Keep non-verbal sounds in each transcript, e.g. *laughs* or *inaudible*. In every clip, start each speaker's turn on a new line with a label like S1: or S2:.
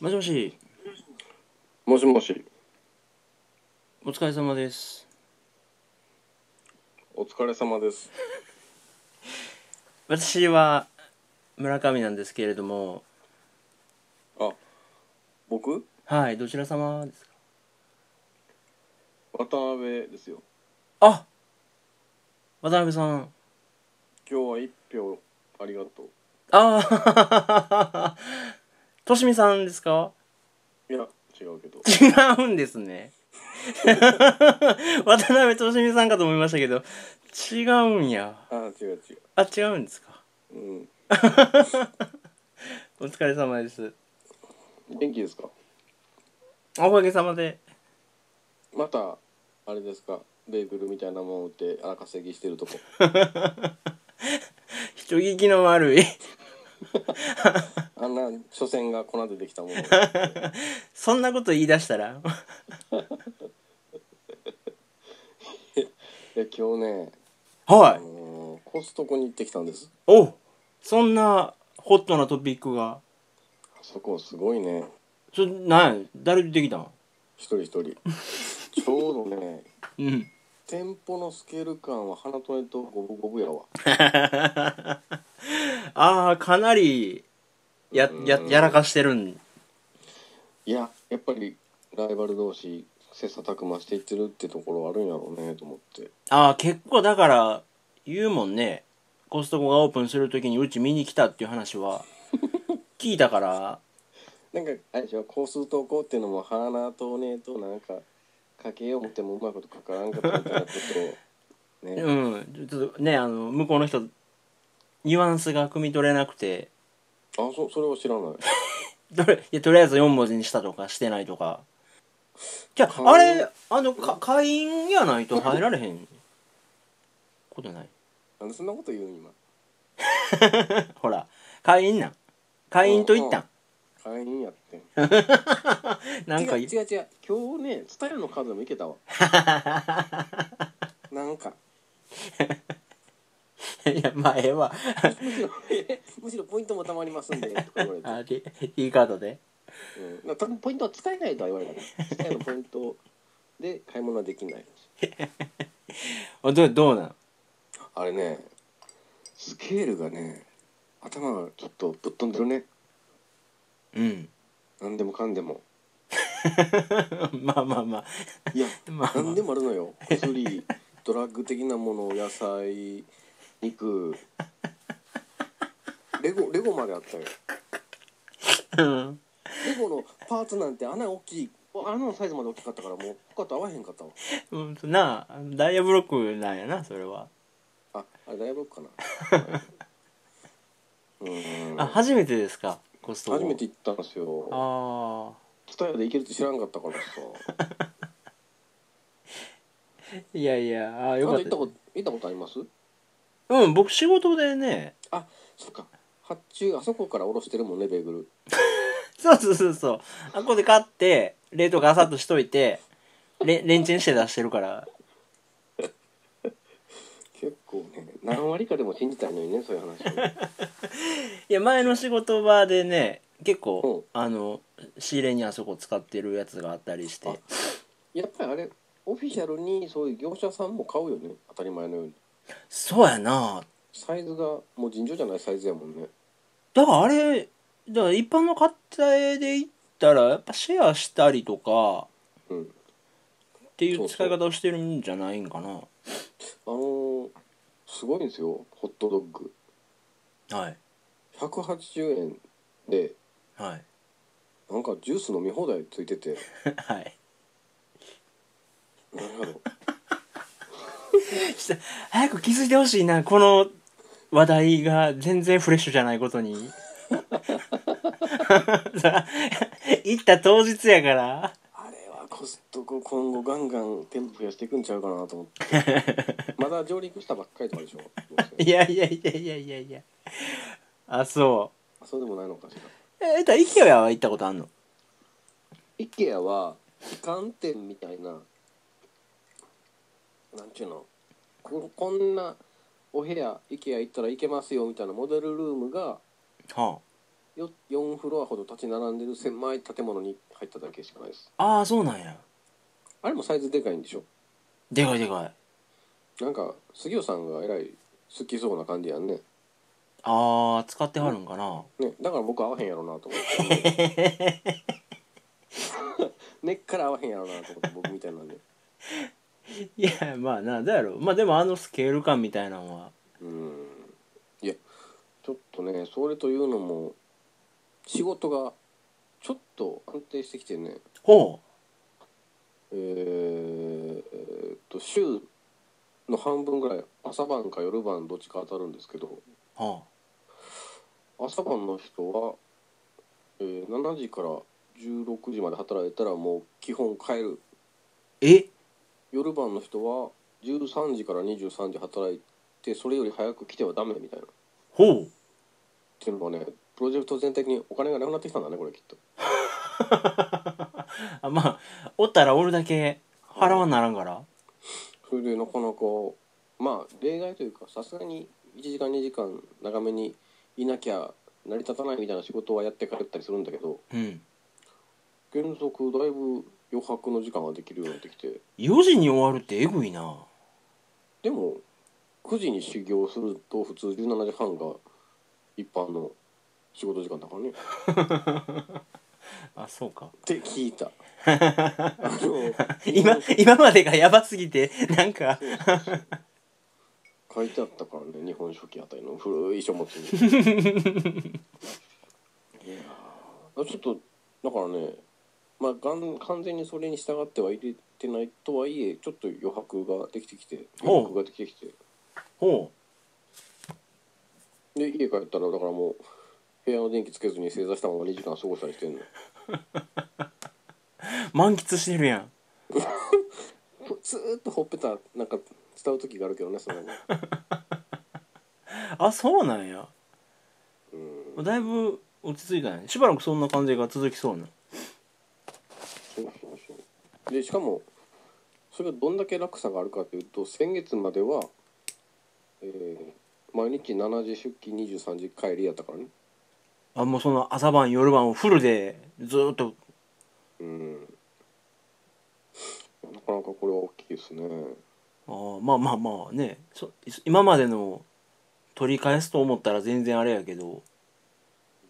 S1: もしもし
S2: もしもし、
S1: お疲れ様です
S2: お疲れ様です。
S1: 私は村上なんですけれども
S2: あ、僕
S1: はいどちら様ですか
S2: 渡辺ですよ。
S1: あ渡辺さん
S2: 今日は一票ありがと
S1: ああ *laughs* としみさんですか
S2: う。いや、違うけど。
S1: 違うんですね *laughs* 渡辺としみさんかと思いましたけど違うんや
S2: あ、違う違う。
S1: あ違うんですか
S2: うん。
S1: お疲れ様です
S2: 元気ですか
S1: おかげさまで
S2: また、あれですか、ベーグルみたいなもん売って荒稼ぎしてるとこ。
S1: 人聞きの悪い
S2: あんな、所詮が粉でできたもの。
S1: そんなこと言い出したら
S2: で、今日ね、あ
S1: はい
S2: のーコストコに行ってきたんです。
S1: おそんなホットなトピックが
S2: あそこすごいね。
S1: それなんや誰出てきたん
S2: 一人一人。ちょうどね、
S1: うん
S2: 店舗のスケール感は花とえと五分五分やわ。
S1: ああかなりやややらかしてるん
S2: いややっぱりライバル同士切磋琢磨していってるってところあるんやろうねと思って
S1: ああ結構だから言うもんねコストコがオープンするときにうち見に来たっていう話は聞いたから
S2: なんかあれでしょこうするとこうっていうのも花とねとなんか家計を持ってもうまいことかからんかったみたいなこと
S1: *laughs*
S2: をね
S1: うんちょっとねあの向こうの人ニュアンスが汲み取れなくて
S2: あそそれは知らない
S1: *laughs* どれいやとりあえず4文字にしたとかしてないとかじゃ
S2: 会員
S1: ああれあのか会員やないと入られへんことない
S2: なんでそんなこと言うん今
S1: ほら会員なん会員と言ったん
S2: 会員やってん
S1: なんか
S2: 違う違う違う今日ね伝えの数もい
S1: *laughs*
S2: けたわなんか
S1: いやまあええわ
S2: むしろむしろポイントもたまりますんでとか言われて
S1: *laughs* あ T, T カードで
S2: うん、だから多分ポイントは使えないとは言われたから使えないポイントで買い物はできない
S1: あどうどうなん
S2: あれねスケールがね頭がちょっとぶっ飛んでるね
S1: うん *laughs*
S2: 何でもかんでも
S1: まあまあまあ
S2: いや
S1: *laughs* まあ、ま
S2: 何でもあるのよ
S1: *laughs*
S2: 薬ドラッグ的なもの野菜肉レゴレゴまであったよ
S1: あ、うん
S2: レゴのパーツなんて穴大きい穴のサイズまで大きかったからもう他と合わへんかったわ
S1: うんとなあダイヤブロックなんやなそれは
S2: ああれ大ブロックか
S1: *laughs*
S2: なうん
S1: あ初めてですかコストコ
S2: 初めて行ったんですよ
S1: あ
S2: 蔦屋で行けるって知らんかったからさ
S1: あいやいやあー
S2: あ
S1: よ
S2: ん
S1: か
S2: た
S1: っ
S2: 行った
S1: た
S2: こと行ったことあります
S1: うん僕仕事でね
S2: あそっか発注あそこからおろしてるもんねベーグル
S1: そうそうそうそうあここで買って冷凍ガサッとしといてレレンチンして出してるから
S2: 結構ね何割かでも信じたいのにねそういう話をね
S1: いや前の仕事場でね結
S2: うん
S1: 構あの仕入れにあそこ使ってるやつがあったりして
S2: あやっぱりあれオフィシャルにそういう業者さんも買うよね当たり前のように
S1: そうやな
S2: サイズがもう尋常じゃないサイズやもんね
S1: だからあれだから一般の家庭で行ったらやっぱシェアしたりとか
S2: うん
S1: ってい
S2: そうう
S1: 使
S2: そう
S1: い方をしてるんじゃないんかな
S2: あのーすごいんですよホットドッグ
S1: はい
S2: 180円で
S1: はい *laughs*
S2: なんかジュース飲み放題ついてて
S1: はい
S2: なるほ
S1: ち
S2: ど
S1: ょっと早く気づいてほしいなこの話題が全然フレッシュじゃないことに *laughs* さ行った当日やから
S2: あれはコストコ今後ガンガン店舗増やしていくんちゃうかなと思ってまだ上陸したばっかりとかでしょ
S1: *laughs* いやいやいやいやいやいやあそ
S2: そうでもないのかしら
S1: うええっと IKEA は行ったことあんの
S2: IKEA は機関店みたいななんちゅうのここんなお部屋 IKEA 行ったら行けますよみたいなモデルルームが
S1: は
S2: よ4フロアほど立ち並んでる狭い建物に入っただけしかないです
S1: あああそうなんや
S2: あれもサイズでかいんでしょ
S1: でかいでかい
S2: なんか杉尾さんがえらい好きそうな感じやんね
S1: ああ使ってはるんかな
S2: ねだから僕合わへんやろなと思って根っから合わへんやろなと思って僕みたいなんで
S1: いやまあなだやろまあでもあのスケール感みたいなのは
S2: うんいやちょっとねそれというのも仕事がちょっと安定してきてね
S1: ほ
S2: えーえーっと週の半分ぐらい朝晩か夜晩どっちか当たるんですけど
S1: うは
S2: 朝晩の人は、えー7時から16時まで働いたらもう基本帰る
S1: え
S2: 夜晩の人は13時から23時働いてそれより早く来てはダメみたいなっ
S1: ほう
S2: ていうのがねプロジェクト全体的にお金がなくなってきたんだねこれきっと
S1: あまあおったらおるだけ払わならんから
S2: それでなかなかまあ例外というかさすがに1時間2時間長めにいなきゃ成り立たないみたいな仕事はやって帰ったりするんだけど
S1: うん
S2: 原則だいぶ余白の時間ができるようになってきて
S1: 4時に終わるってえぐいな
S2: でも9時に修行すると普通17時半が一般の仕事時間だからねっ
S1: あそうか
S2: て聞いたあの
S1: 今今までがやばすぎてなんか
S2: 書いてあったからね「日本書紀」あたりの古い書物にいやーちょっとだからねまあがん完全にそれに従っては入れてないとはいえちょっと余白ができてきて
S1: ほう
S2: 余白ができてきて
S1: ほ
S2: で家帰ったらだからもう部屋の電気つけずに正座したまま2時間過ごしたりしてん
S1: う
S2: の
S1: 満喫してるやん
S2: ほずーっとほっぺたなんか伝う時があるけどねその
S1: あそうなんや
S2: うん
S1: だいぶ落ち着いたねしばらくそんな感じが続きそうな
S2: そうそうそうでしかもそれがどんだけ落差があるかというと先月までは、えー毎日7時出勤23時帰りやったからね
S1: あもうその朝晩夜晩をフルでずーっと
S2: うんなかなかこれは大きいですね
S1: あーまあまあまあねそ今までの取り返すと思ったら全然あれやけど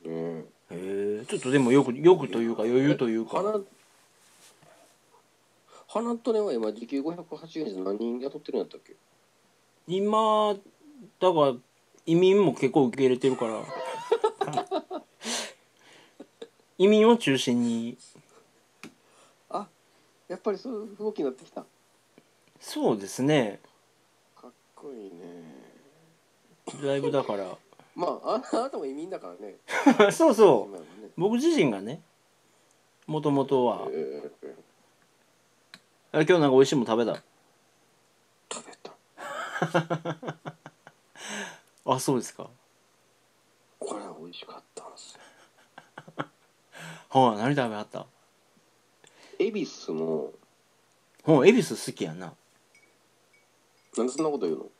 S2: ね
S1: へえちょっとでもよくよくというか余裕というか
S2: 花花とねは今時給580円で何人雇ってるんやったっけ
S1: 今だから移民も結構受け入れてるから移民を中心に
S2: あやっぱりそういう動きになってきた
S1: そうですね
S2: かっこいいね
S1: だいぶだから
S2: まあああなたも移民だからね
S1: *laughs* そうそう
S2: 今もね
S1: 僕自身がねもともとは
S2: えー
S1: あ今日なんか美味しいもん食べた
S2: 食べた
S1: *laughs* あそうですか
S2: これは美味しかったんですよ
S1: はい、何食べはった
S2: 恵比寿の
S1: ほう恵比寿好きやな
S2: なんでそんなこと言う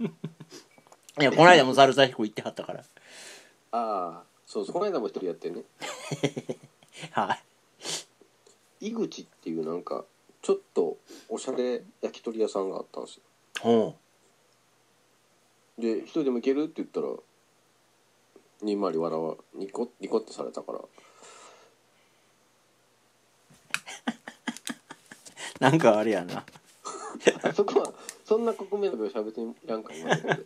S2: の
S1: いやこの間もザルザヒコ行ってはったから
S2: ああそうそうこの間も一人やってね
S1: はい
S2: 井口っていうなんかちょっとおしゃれ焼き鳥屋さんがあったんですよ
S1: ほ
S2: で一人でも行けるって言ったらにんまり笑わニコニコってされたから *laughs*
S1: うなんかあれやな
S2: あそこはそんな国名の描写は別にいらんか今のところで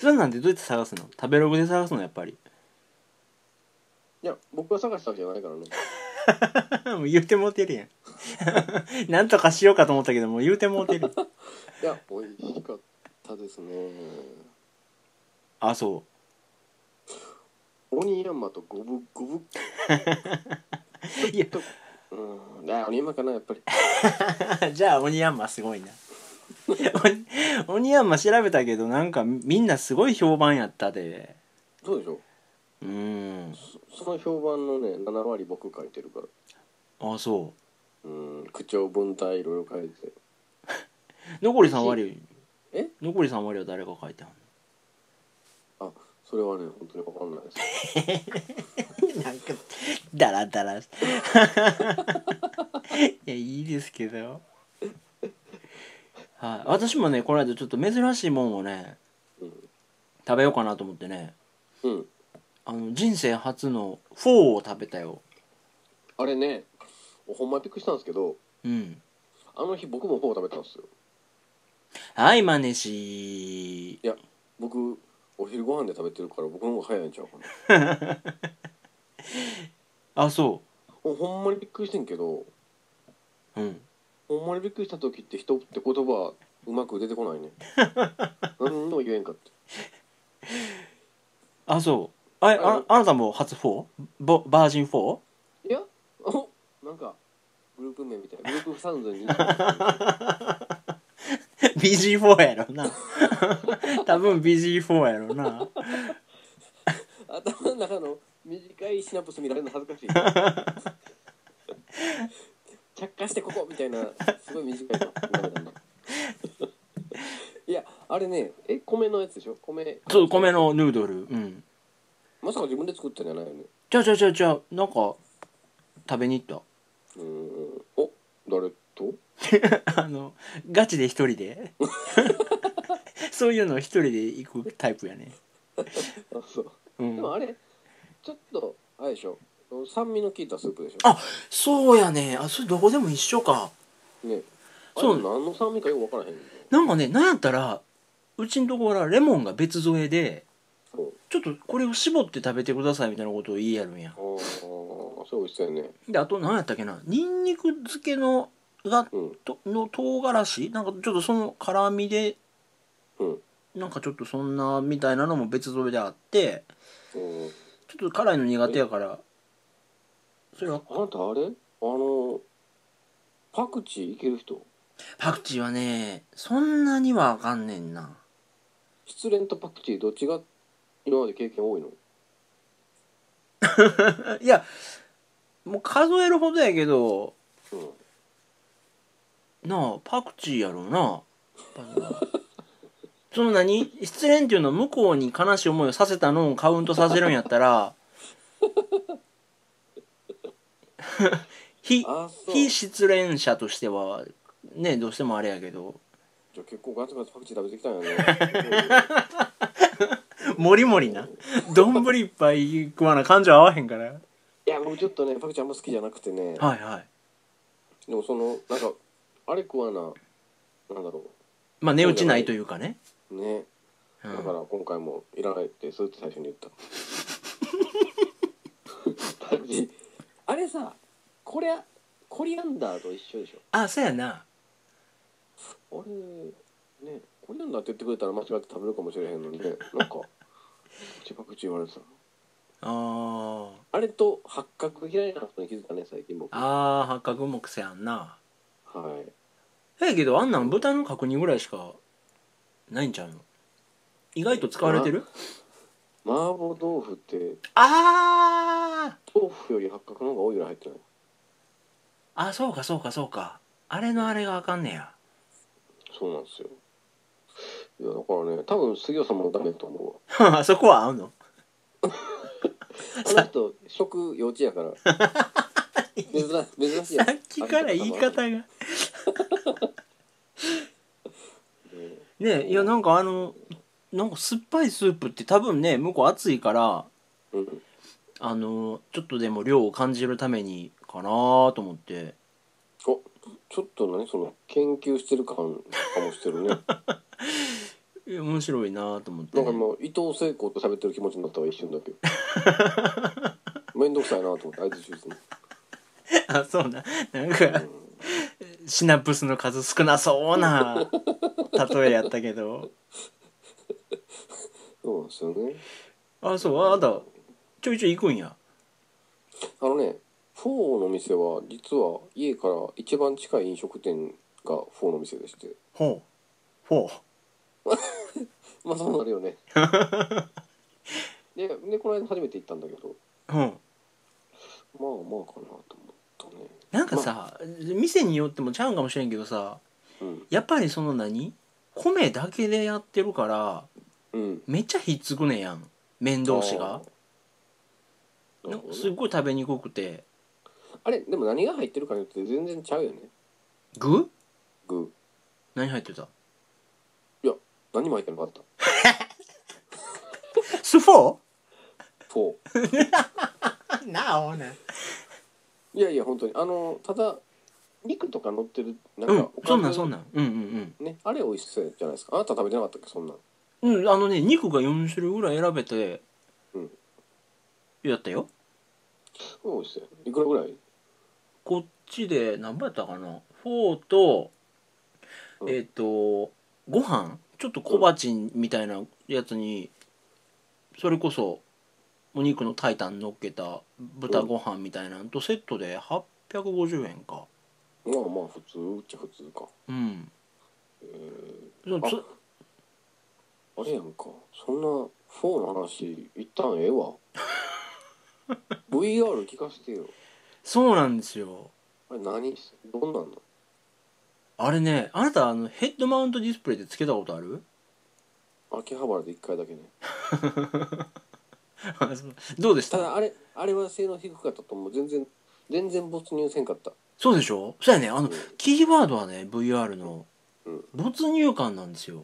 S1: それなんてどうやって探すの食べログで探すのやっぱり
S2: いや僕が探したわけじゃないから
S1: *laughs*
S2: ね
S1: もう言うてもうてるやん *laughs* なんとかしようかと思ったけどもう言うてもうてる
S2: いや美味しかったですね
S1: あそ
S2: 鬼山と五分五分
S1: ういや
S2: とうんあ鬼山かなやっぱり
S1: じゃあ鬼ヤンマすごいな鬼鬼ヤンマ調べたけどなんかみんなすごい評判やったで
S2: そうでしょ
S1: うーん
S2: その評判のね7割僕書いてるから
S1: あそう
S2: うん口調文体いろいろ書いて
S1: 残り3割
S2: え
S1: 残り3割は誰が書いてあ
S2: あそれはね本当に分かんないです
S1: んのなんかダラダラ *laughs* いやいいですけどはい私もねこの間ちょっと珍しいもんをね
S2: うん
S1: 食べようかなと思ってね
S2: うん
S1: あの人生初のフォーを食べたよ
S2: あれねほんまびっくりしたんですけど
S1: うん
S2: あの日僕もフォー食べたんですよ
S1: はい真似し
S2: 僕お昼ご飯で食べてるから僕の方が早いんちゃうかな
S1: あそ
S2: ほほんまにびっくりしてんけど
S1: ううん
S2: ほんまにびっくりした時って人って言葉うまく出てこないね何も言えんかって
S1: あそうあああなたも初フォーボバージンフォー
S2: いやおなんかグループ名みたいなグループサウンドにあ
S1: *laughs* BG4 やろな *laughs* 多分 BG4 やろな
S2: 頭の中の短いシナプス見られるの恥ずかしい
S1: *laughs*
S2: 着火してここみたいなすごい短いの見られたないやあれねえ米のやつでしょ米
S1: そう米のヌードルうん
S2: まさか自分で作ったんじゃないよね
S1: ちゃうちゃうちゃうちゃうなんか食べに行っ
S2: うーんお誰と
S1: たあのガチで一人で *laughs* そういうの一人で行くタイプやね
S2: あそう
S1: う
S2: で
S1: ん
S2: もあれちょっとあれでしょ酸味の効いたスープでし
S1: あそうやねあそれどこでも一緒か
S2: ょね
S1: そう
S2: あれ何の酸味かよく分からへん
S1: なんかねなんやったらうちのところはレモンが別添えで
S2: そう
S1: ちょっとこれを絞って食べてくださいみたいなことを言いやるんや
S2: あーそう美味しそうやね
S1: であと何やったっけなニンニク漬けのが
S2: うん
S1: との唐辛子なんかちょっとその辛みで
S2: うん
S1: なんかちょっとそんなみたいなのも別添えであって
S2: うん
S1: ちょっと辛いの苦手やからそれは
S2: あなたあれあのパクチーいける人
S1: パクチーはねそんなにはあかんねんな
S2: 失恋とパクチーどっちが今まで経験多いの
S1: いやもう数えるほどやけど
S2: うん
S1: なあパクチーやろうな *laughs* その何失恋っていうのは向こうに悲しい思いをさせたのをカウントさせるんやったら *laughs* 非
S2: あそう
S1: 非
S2: じ
S1: 失恋者としてはねどうしてもあれやけど
S2: ゃあ結構ガツガツパクチー食べてきた
S1: *laughs*
S2: んやね
S1: もりもりな *laughs* 丼いっぱい食わな感情合わへんから
S2: いや僕ちょっとねパクチーあんま好きじゃなくてね
S1: はいはい
S2: でもそのなんかあれ食わななんだろ
S1: まあ値打ちないというかね、
S2: うね
S1: う
S2: だ
S1: ん
S2: から今回もいらないってそうやって最初に言った
S1: *laughs*
S2: パクチーあれさこれコリアンダーと一緒でし
S1: あそうやな
S2: ょあれねコリアンダーって言ってくれたら間違って食べるかもしれへんのにねなんか口パクチー言われてたの
S1: あー
S2: あれと八角嫌いなことに気づいたね最近僕は
S1: あー八角も癖やんないやけどあんなん豚の角煮ぐらいしかないんちゃうの意外と使われてる
S2: 麻婆豆腐って
S1: あー
S2: 豆腐より八角の方が多いぐらい入ってない
S1: あそうかそうかそうかあれのあれがあかんねや *laughs*
S2: そうなんですよいやだからね多分杉尾さんもダメだと思うわ
S1: あそこは合うの
S2: あの人食幼稚やから珍珍しい
S1: さ
S2: や
S1: っきから言い方がねえいやなんかあのなんか酸っぱいスープって多分ね向こう暑いから
S2: うん
S1: あのちょっとでも量を感じるためにかなと思って
S2: おちょっと何その研究してる感かもしてるね
S1: いや面白いなと思って
S2: なんか今伊藤聖子と喋ってる気持ちになったわ一瞬だけ面倒くさいなと思って相手中心に
S1: *laughs* あそうななんかシナプスの数少なそうな例えやったけど
S2: そうなんですよね
S1: あそうああんたちょいちょい行くんや
S2: あのねフォーの店は実は家から一番近い飲食店がフォーの店でして
S1: ほうほう
S2: まあそうなるよねででこの間初めて行ったんだけど
S1: うん
S2: まあまあかなと思ったね
S1: なんかさ、店によってもちゃうんかもしれんけどさ
S2: うん
S1: やっぱりその何米だけでやってるから
S2: うん
S1: めっちゃひっつくねやん麺同士が
S2: あーなるほどね
S1: すっごい食べにくくて
S2: あれでも何が入ってるかによって全然ちゃうよね
S1: 具
S2: 具
S1: 何入って
S2: *laughs*
S1: た
S2: 何も入ってなかった
S1: スフォ
S2: フォー
S1: ーなあおね
S2: いやいや本当にあのただ肉とか乗ってるなんか、
S1: うん
S2: おかず
S1: そんなんそんなんうんうん
S2: ねあれ美味しそうじゃないですかあなた食べてなかったっけそんなん
S1: うんうんあのね肉が4種類ぐらい選べて
S2: うん
S1: やったよ
S2: 美味しそうやいくらぐらい
S1: こっちで何倍やったかなフォーと
S2: うん
S1: えっ、とご飯ちょっと小鉢みたいなやつにそれこそお肉のタイタン乗っけた豚ご飯みたいなのとセットで850円か
S2: まあまあ普通っちゃ普通か
S1: うん
S2: えー、
S1: そうつ
S2: あれやんかそんなフォーの話一旦ええ
S1: *laughs*
S2: わ VR 聞かせてよ
S1: そうなんですよ
S2: あれ何しどんなんの
S1: あれねあなたあのヘッドマウントディスプレイでつけたことある *laughs*
S2: 秋葉原で一回だけね
S1: どうでしたた
S2: だあれあれは性能低かったと思う全然全然没入せんかった
S1: そうでしょそうやねあ
S2: う
S1: の
S2: ん
S1: キーワードはね VR の
S2: うん
S1: 没入感なんですよ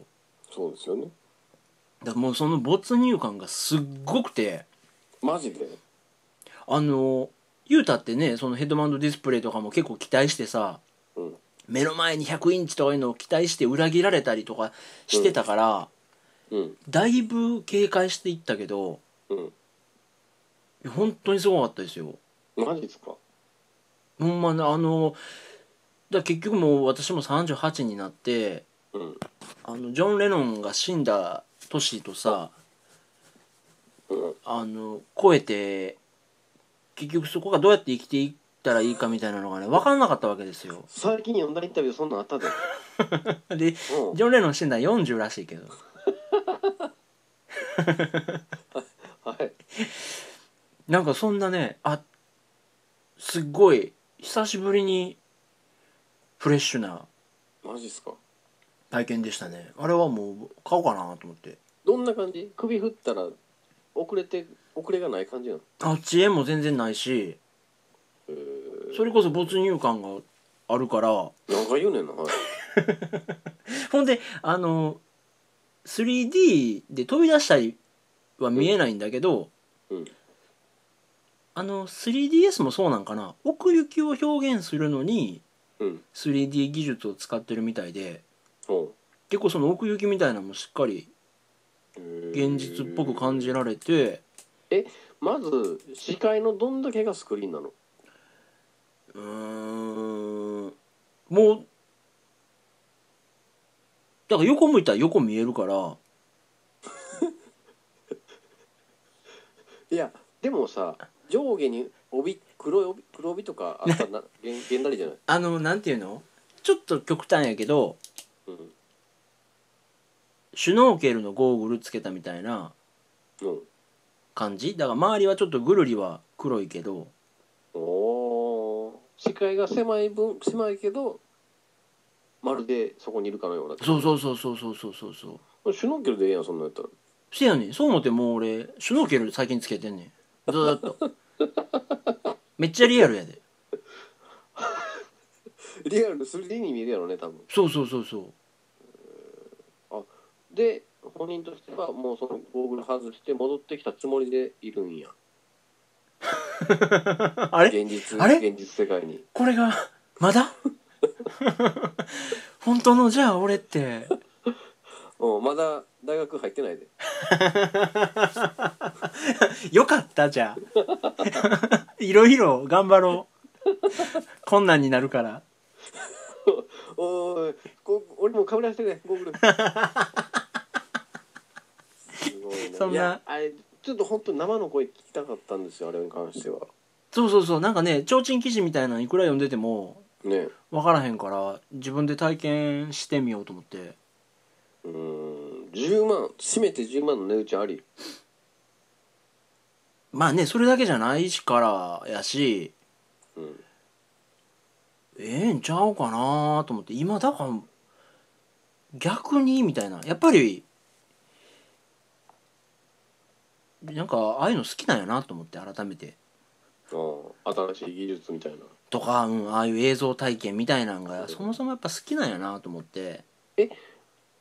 S2: そうですよね
S1: だからもうその没入感がすっごくて
S2: マジで
S1: あのユータってねそのヘッドマウントディスプレイとかも結構期待してさ
S2: うん
S1: 目の前に100インチとかいうのを期待して裏切られたりとかしてたから、
S2: うん
S1: だいぶ警戒していったけど
S2: うん
S1: 本当にすごかったですよ
S2: マジですか
S1: ほんまねあのだから結局もう私も38になって
S2: うん
S1: あのジョン・レノンが死んだ年とさ
S2: うん
S1: あの超えて結局そこがどうやって生きていったらいいかみたいなのがね分からなかったわけですよ
S2: 最近読んだインタビューそんなんあった
S1: *laughs*
S2: で、
S1: で
S2: うん、
S1: ジョン・レノン死んだの40らしいけど
S2: はい
S1: なんかそんなねあすっごい久しぶりにフレッシュな
S2: マジっすか
S1: 体験でしたねあれはもう買おうかなと思って
S2: どんな感じ首振ったら遅れて遅れがない感じなの
S1: あ遅延も全然ないし
S2: えー、
S1: それこそ没入感があるから
S2: 何回言うねんなはい
S1: ほんであの 3D で飛び出したりは見えないんだけど、
S2: うん
S1: あの 3DS もそうなんかな奥行きを表現するのに
S2: うん
S1: 3D 技術を使ってるみたいで
S2: うん
S1: 結構その奥行きみたいなのもしっかり *laughs* 現実っぽく感じられて、
S2: まず視界のどんだけがスクリーンなの
S1: うーんもうだから横向いたら横見えるから
S2: いやでもさ上下に帯黒い帯黒帯とか
S1: *laughs*
S2: あったらなげんげんだりじゃない、
S1: あのなんていうのちょっと極端やけど
S2: うん
S1: シュノーケルのゴーグルつけたみたいな
S2: うん、
S1: 感じだから周りはちょっとぐるりは黒いけど
S2: おおー視界が狭い分狭いけどまるでそこにいるかのような
S1: そうそうそうそうそうそうそうそう
S2: シュノーケルでええやんそんなんやったら
S1: せやねんそう思ってもう俺シュノーケル最近つけてんねんずーっと *laughs* めっちゃリアルやで
S2: リアルの 3D に見えるやろね多分
S1: そうそうそうそう
S2: で本人としてはもうそのゴーグル外して戻ってきたつもりでいるんや
S1: あれ
S2: 現実
S1: あれ
S2: 現実世界に
S1: これがまだ *laughs* 本当のじゃあ俺って
S2: うんまだ大学入ってないで
S1: よかったじゃあ *laughs* いろいろ頑張ろう困難になるから
S2: おーいこ俺もかぶらせてくれゴ
S1: *laughs*
S2: ーグルすごい
S1: そんない
S2: やあれちょっと本当に生の声聞きたかったんですよあれに関しては
S1: そうそうそうなんかね提灯記事みたいなのいくら読んでても
S2: ね
S1: 分からへんから自分で体験してみようと思って
S2: うーん10万締めて10万の値打ちあり
S1: まあねそれだけじゃないしからやし
S2: うん
S1: ええんちゃうかなと思って今だから逆にみたいなやっぱりなんかああいうの好きなんやなと思って改めて
S2: うん新しい技術みたいな
S1: とか、うん、ああいう映像体験みたいなんがそもそもやっぱ好きなんやなと思って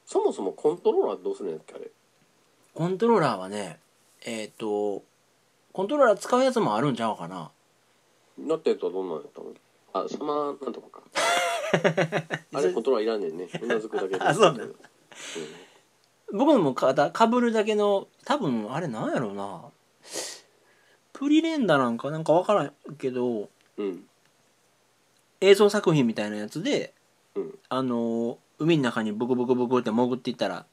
S2: そもそもコントローラーどうするんやったっけ
S1: コントローラーはねえっ、とコントローラー使うやつもあるんちゃうかな
S2: あれなったやつはどんなんやったのあサマーなん
S1: *laughs*
S2: とかかあれコントローラーいらんねんねうなずくだけ
S1: *laughs*
S2: で
S1: あそうなの僕のもかだかぶるだけの多分あれなんやろうなプリレンダなんかなんかわからんけど
S2: うんうん
S1: 映像作品みたいなやつで
S2: うん
S1: あの海の中にブクブクブクって潜っていったら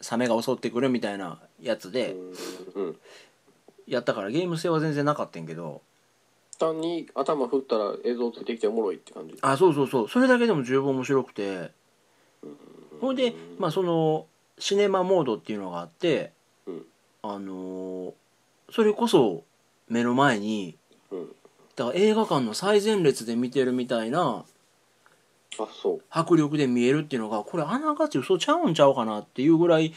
S1: サメが襲ってくるみたいなやつで
S2: うん
S1: やったからゲーム性は全然なかったんけど
S2: 単に頭振ったら映像ついてきておもろいって感じ
S1: あそうそうそうそれだけでも十分面白くてほいでまあそのシネマモードっていうのがあって
S2: うん
S1: あのそれこそ目の前に
S2: うん
S1: だから映画館の最前列で見てるみたいな
S2: あそう
S1: 迫力で見えるっていうのがこれあながち嘘ちゃうんちゃうかなっていうぐらい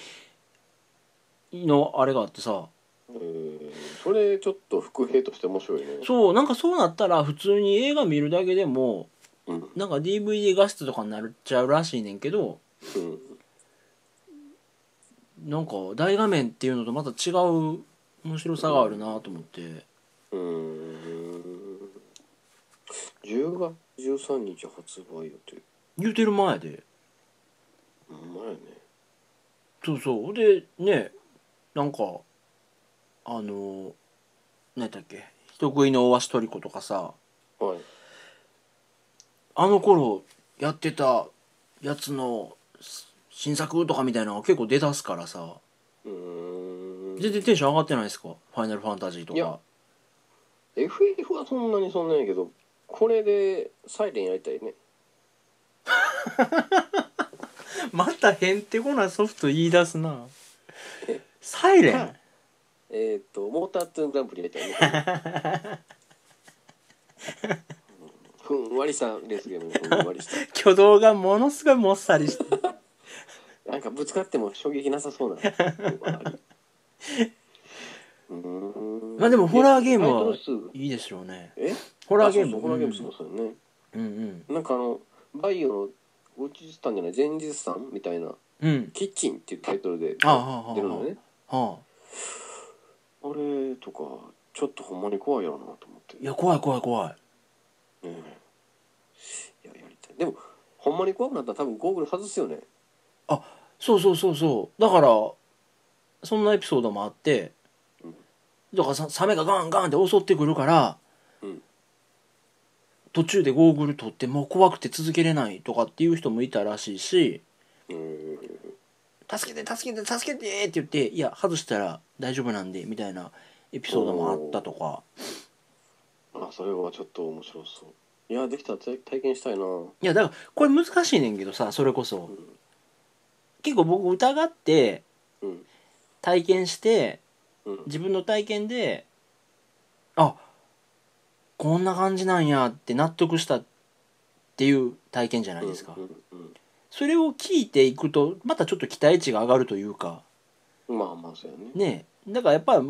S1: のあれがあってさ
S2: えーそれちょっと伏兵として面白いね
S1: そうなんかそうなったら普通に映画見るだけでも
S2: うん
S1: なんか DVD 画質とかになっちゃうらしいねんけど
S2: うん
S1: なんか大画面っていうのとまた違う面白さがあるなと思って
S2: うーん10月13日発売予定
S1: 言うてる前で
S2: ほんまやね
S1: そうそうでねなんかあの何やったっけ人食いの大足トリコとかさ
S2: はい
S1: あの頃やってたやつの新作とかみたいなのが結構出だすからさ
S2: うーん
S1: 全然テンション上がってないですか「ファイナルファンタジー」と
S2: いや
S1: か
S2: FF はそんなにそんなんやけどこれでサイレンやりたいね
S1: またへんてこなソフト言い出すな「サイレン
S2: えっ、とモーターツーグランプリや
S1: *laughs*
S2: りたいねうんふんわりしたレースゲームふんわりした」
S1: 挙動がものすごいもっさりして
S2: なんかぶつかっても衝撃なさそうな。
S1: まあでもホラーゲームは
S2: タイトル数
S1: いいですよね
S2: え
S1: ホラーゲー
S2: あそうそう
S1: ム
S2: ホラーゲームすごそうよね。
S1: うんうん
S2: なんかあのバイオの後日さんじゃない前日さんみたいな
S1: うん
S2: キッチンっていうタイトルで
S1: あああああ
S2: 出るのね。
S1: あはあ
S2: あれとかちょっとほんまに怖いやろなと思って。
S1: いや怖い怖い怖い
S2: うんいややりたい。でもほんまに怖くなったら多分ゴーグル外すよね。
S1: そうそうそうそうだからそんなエピソードもあって
S2: うん
S1: だからさサメがガンガンって襲ってくるから
S2: うん
S1: 途中でゴーグル取ってもう怖くて続けれないとかっていう人もいたらしいし
S2: うん
S1: 「助けて助けて助けて!」って言って「いや外したら大丈夫なんで」みたいなエピソードもあったとか
S2: あそれはちょっと面白そう。いやできたら体体験したいな。
S1: いやだからこれ難しいねんけどさそれこそ
S2: うん
S1: 結構僕疑って
S2: うん
S1: 体験して
S2: うん
S1: 自分の体験であこんな感じなんやって納得したっていう体験じゃないですか、
S2: うんうん
S1: それを聞いていくとまたちょっと期待値が上がるというか
S2: うん、まあまあそうやね
S1: ねえだからやっぱ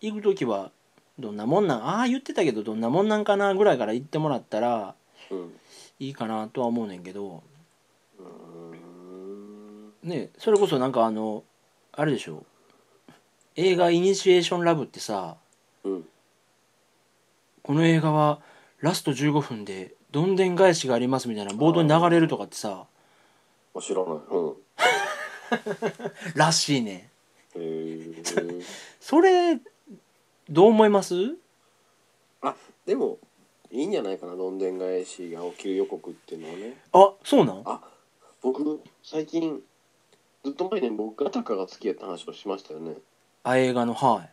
S1: 行く時はどんなもんなんああ言ってたけどどんなもんなんかなぐらいから言ってもらったら
S2: うん
S1: いいかなとは思うねんけど
S2: うーん
S1: ねえそれこそなんかあのあれでしょ映画「イニシエーションラブ」ってさ
S2: うん
S1: この映画はラスト15分でどんでん返しがありますみたいなボードに流れるとかってさ
S2: あ知らないうん
S1: らしいね
S2: へー
S1: *laughs* それどう思います
S2: あでもいいんじゃないかなどんでん返しが起きる予告っていうのはね
S1: あそうなん
S2: あ僕最近ずっと前に僕ガタカが好きやった話をしましたよね
S1: あ映画のはい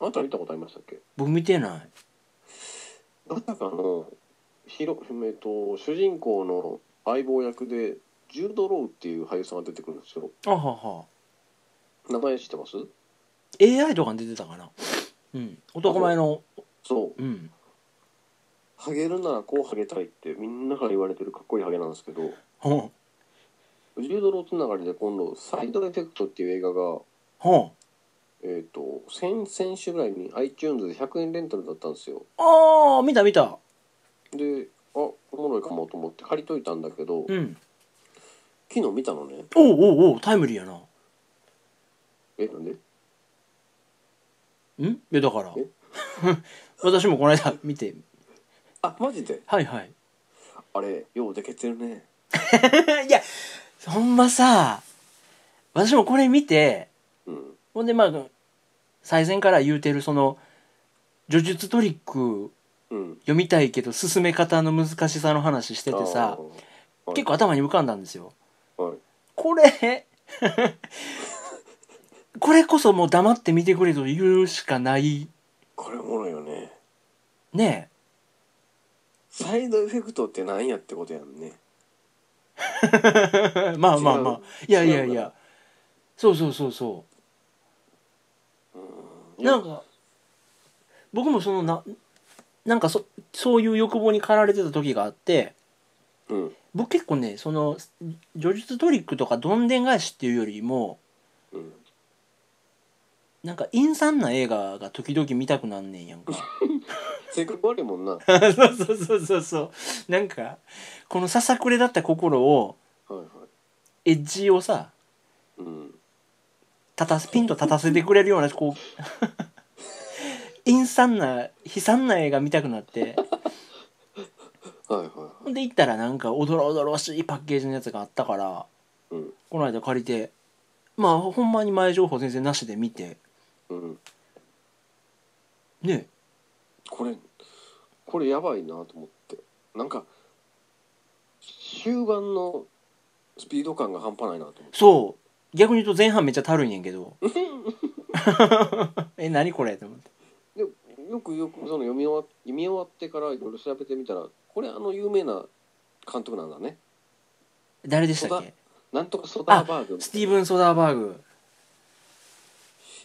S2: あなた見たことありましたっけ
S1: 僕見てない
S2: ガタカのヒロ、えっと、主人公の相棒役でジュード・ロウっていう俳優さんが出てくるんですよ
S1: あはは
S2: 名前知ってます
S1: AI とかに出てたかなうん男前の
S2: そう
S1: うん
S2: ハゲるならこうハゲたいってみんなから言われてるかっこいいハゲなんですけど
S1: ほ
S2: 10ドルつながりで今度「サイドエフェクト」っていう映画が、
S1: は
S2: えっと先々週ぐらいに iTunes で100円レンタルだったんですよ
S1: ああ見た見た
S2: であおもろいかもと思って借りといたんだけど、
S1: うん
S2: 昨日見たのね
S1: おうおうおうタイムリーやな
S2: えなんで
S1: んいやだから
S2: え
S1: *laughs* 私もこの間見て
S2: あマジで
S1: はいはい
S2: あれようでけてるね
S1: *laughs* いやほんまさ私もこれ見て
S2: うん
S1: ほんでまあ最前から言うてるその叙述トリック
S2: うん
S1: 読みたいけど進め方の難しさの話しててさ
S2: あー
S1: 結構頭に浮かんだんですよ
S2: はい、はい、
S1: これ *laughs* これこそもう黙って見てくれと言うしかない
S2: これおもろいよね
S1: ね
S2: サイドエフェクトってなんやってことやんね
S1: えまあまあまあいやいやいやそうそうそうそう
S2: うん
S1: なんか僕もそのななんかそそういう欲望に駆られてた時があって
S2: うん
S1: 僕結構ねその叙述トリックとかどんでん返しっていうよりも
S2: うん
S1: なんか陰惨な映画が時々見たくなんねんやんか
S2: 性格悪いもんな、は
S1: *laughs*
S2: い
S1: そうそうそうそうそうなんかこのささくれだった心を
S2: はい
S1: エッジをさ
S2: うん、
S1: 立たせピンと立たせてくれるようなこう *laughs* 陰惨な悲惨な映画見たくなって
S2: はいはいはい
S1: ほんで行ったらなんかおどろおどろしいパッケージのやつがあったから
S2: うん
S1: この間借りてまあほんまに前情報先生なしで見て
S2: うん
S1: ね
S2: これこれやばいなと思ってなんか終盤のスピード感が半端ないなと思って
S1: そう逆に言うと前半めっちゃたるいねんけ *laughs* どえ何これと思って
S2: でよくよくその読み終わ読み終わってからいろいろ調べてみたらこれあの有名な監督なんだね
S1: 誰でしたっけ
S2: なんとかソダーバーグ
S1: スティーブン・ソダーバーグ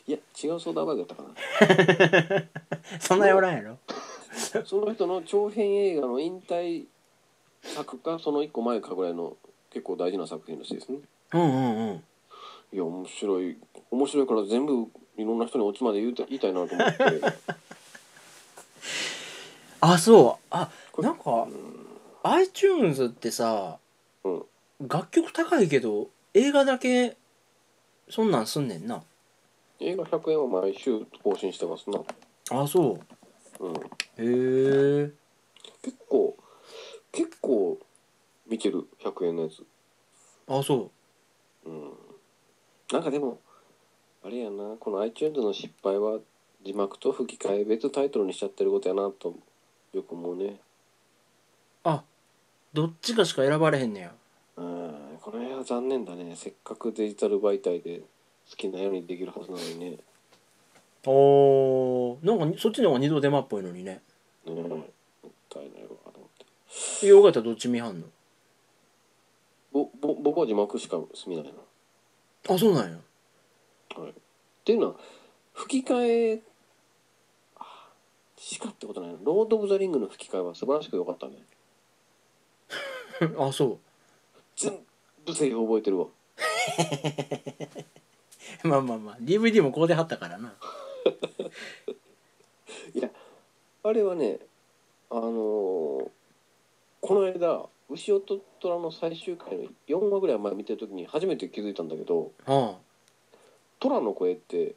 S2: いや違うソダーバーグだったか
S1: そんなやおらんやろ
S2: なその人の長編映画の引退作かその一個前かぐらいの結構大事な作品らしいですね
S1: うんうんうん
S2: いや面白い面白いから全部いろんな人にオチまで言うた言いたいなと思って
S1: あそうあ
S2: これ
S1: なんか iTunes ってさ
S2: うん
S1: 楽曲高いけど映画だけそんなんすんねんな
S2: 映画100円は毎週更新してますな、
S1: あそ
S2: うん、
S1: うへえ
S2: 結構結構見てる100円のやつ、
S1: あそう
S2: うん、なんかでもあれやなこの iTunes の失敗は字幕と吹き替え別タイトルにしちゃってることやなとよく思うね
S1: あどっちかしか選ばれへんねや
S2: うんこの辺は残念だねせっかくデジタル媒体で好きなようにできるはずなのにね
S1: おーなんかそっちの方が二度手間っぽいのにね
S2: ねえもったいないわと思って
S1: えよかったらどっち見はんの
S2: ぼぼ僕は字幕しか見ないな、
S1: あそうなんや
S2: はい、っていうのは吹き替えあしかってことないなロード・オブ・ザ・リングの吹き替えは素晴らしく良かったね
S1: *laughs* あそ
S2: 全部セリフ覚えてるわ
S1: う *laughs* まあまあまあ DVD もこうで貼ったからない
S2: やあれはねあのーこの間「牛音虎」の最終回の4話ぐらい前見てる時に初めて気づいたんだけど
S1: あ
S2: 虎の声って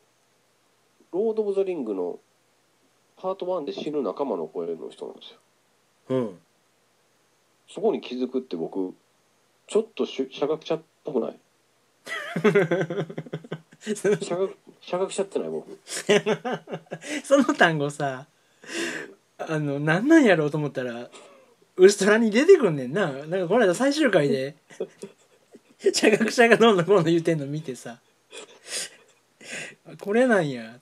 S2: ロード・オブ・ザ・リングのパート1で死ぬ仲間の声の人なんですよ
S1: あうん
S2: そこに気づくって僕ちょっとしゅ社学者っぽくない社学社学者ってない僕
S1: その単語さあのなんなんやろうと思ったらウストラに出てくんねんななんかこの間最終回 *laughs* で茶学者がどんどんどんどん言うてんの見てさこれなんや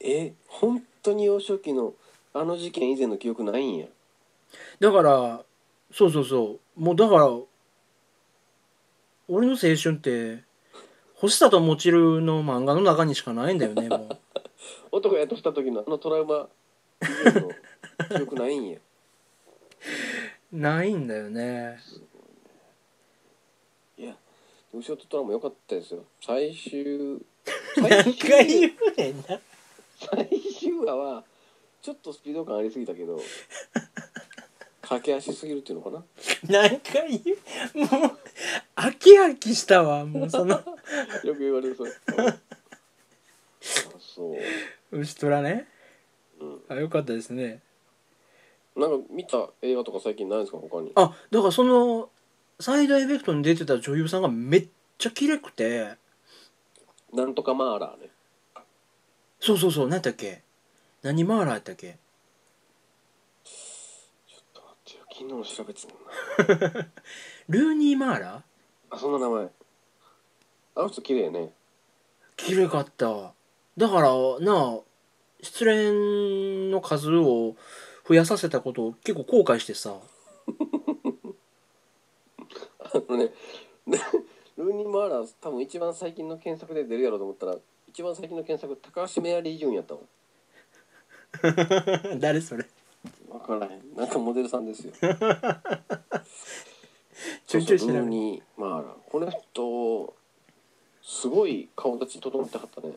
S2: え本当に幼少期のあの事件以前の記憶ないんや
S1: だからそうそうそうもうだから俺の青春って星里もちるの漫画の中にしかないんだよねもう
S2: 男やとした時のあのトラウマ以前の記憶ないんや
S1: *laughs* ないんだよね
S2: いやムショットトラも良かったですよ最終
S1: 何回言うねんな
S2: 最終話はちょっとスピード感ありすぎたけど駆け足すぎるっていうのかな
S1: 何回言うもう飽き飽きしたわもうその
S2: よく言われるそれあそう
S1: 牛虎ね
S2: う
S1: あよかったですね
S2: んなんか見た映画とか最近ないんですか他に
S1: あだからそのサイドエフェクトに出てた女優さんがめっちゃ綺麗くて
S2: なんとかマーラーね
S1: そうそうそう何やったっけ何マーラーやったっけ
S2: ちょっと待ってよ昨日も調べてたもんな
S1: ルーニー・マーラー
S2: あそんな名前あの人綺麗ね
S1: 綺麗かったわだからなあ失恋の数を増やさせたことを結構後悔してさ
S2: あのねルーニー・マーラー多分一番最近の検索で出るやろうと思ったら一番最近の検索高橋メアリー・ジュンやったもん
S1: *laughs* 誰それ
S2: 分からへんなんかモデルさんですよ
S1: *laughs* ちょいちょい調べる
S2: そうそうルーニー・マーラーこの人すごい顔立ち整ってはったね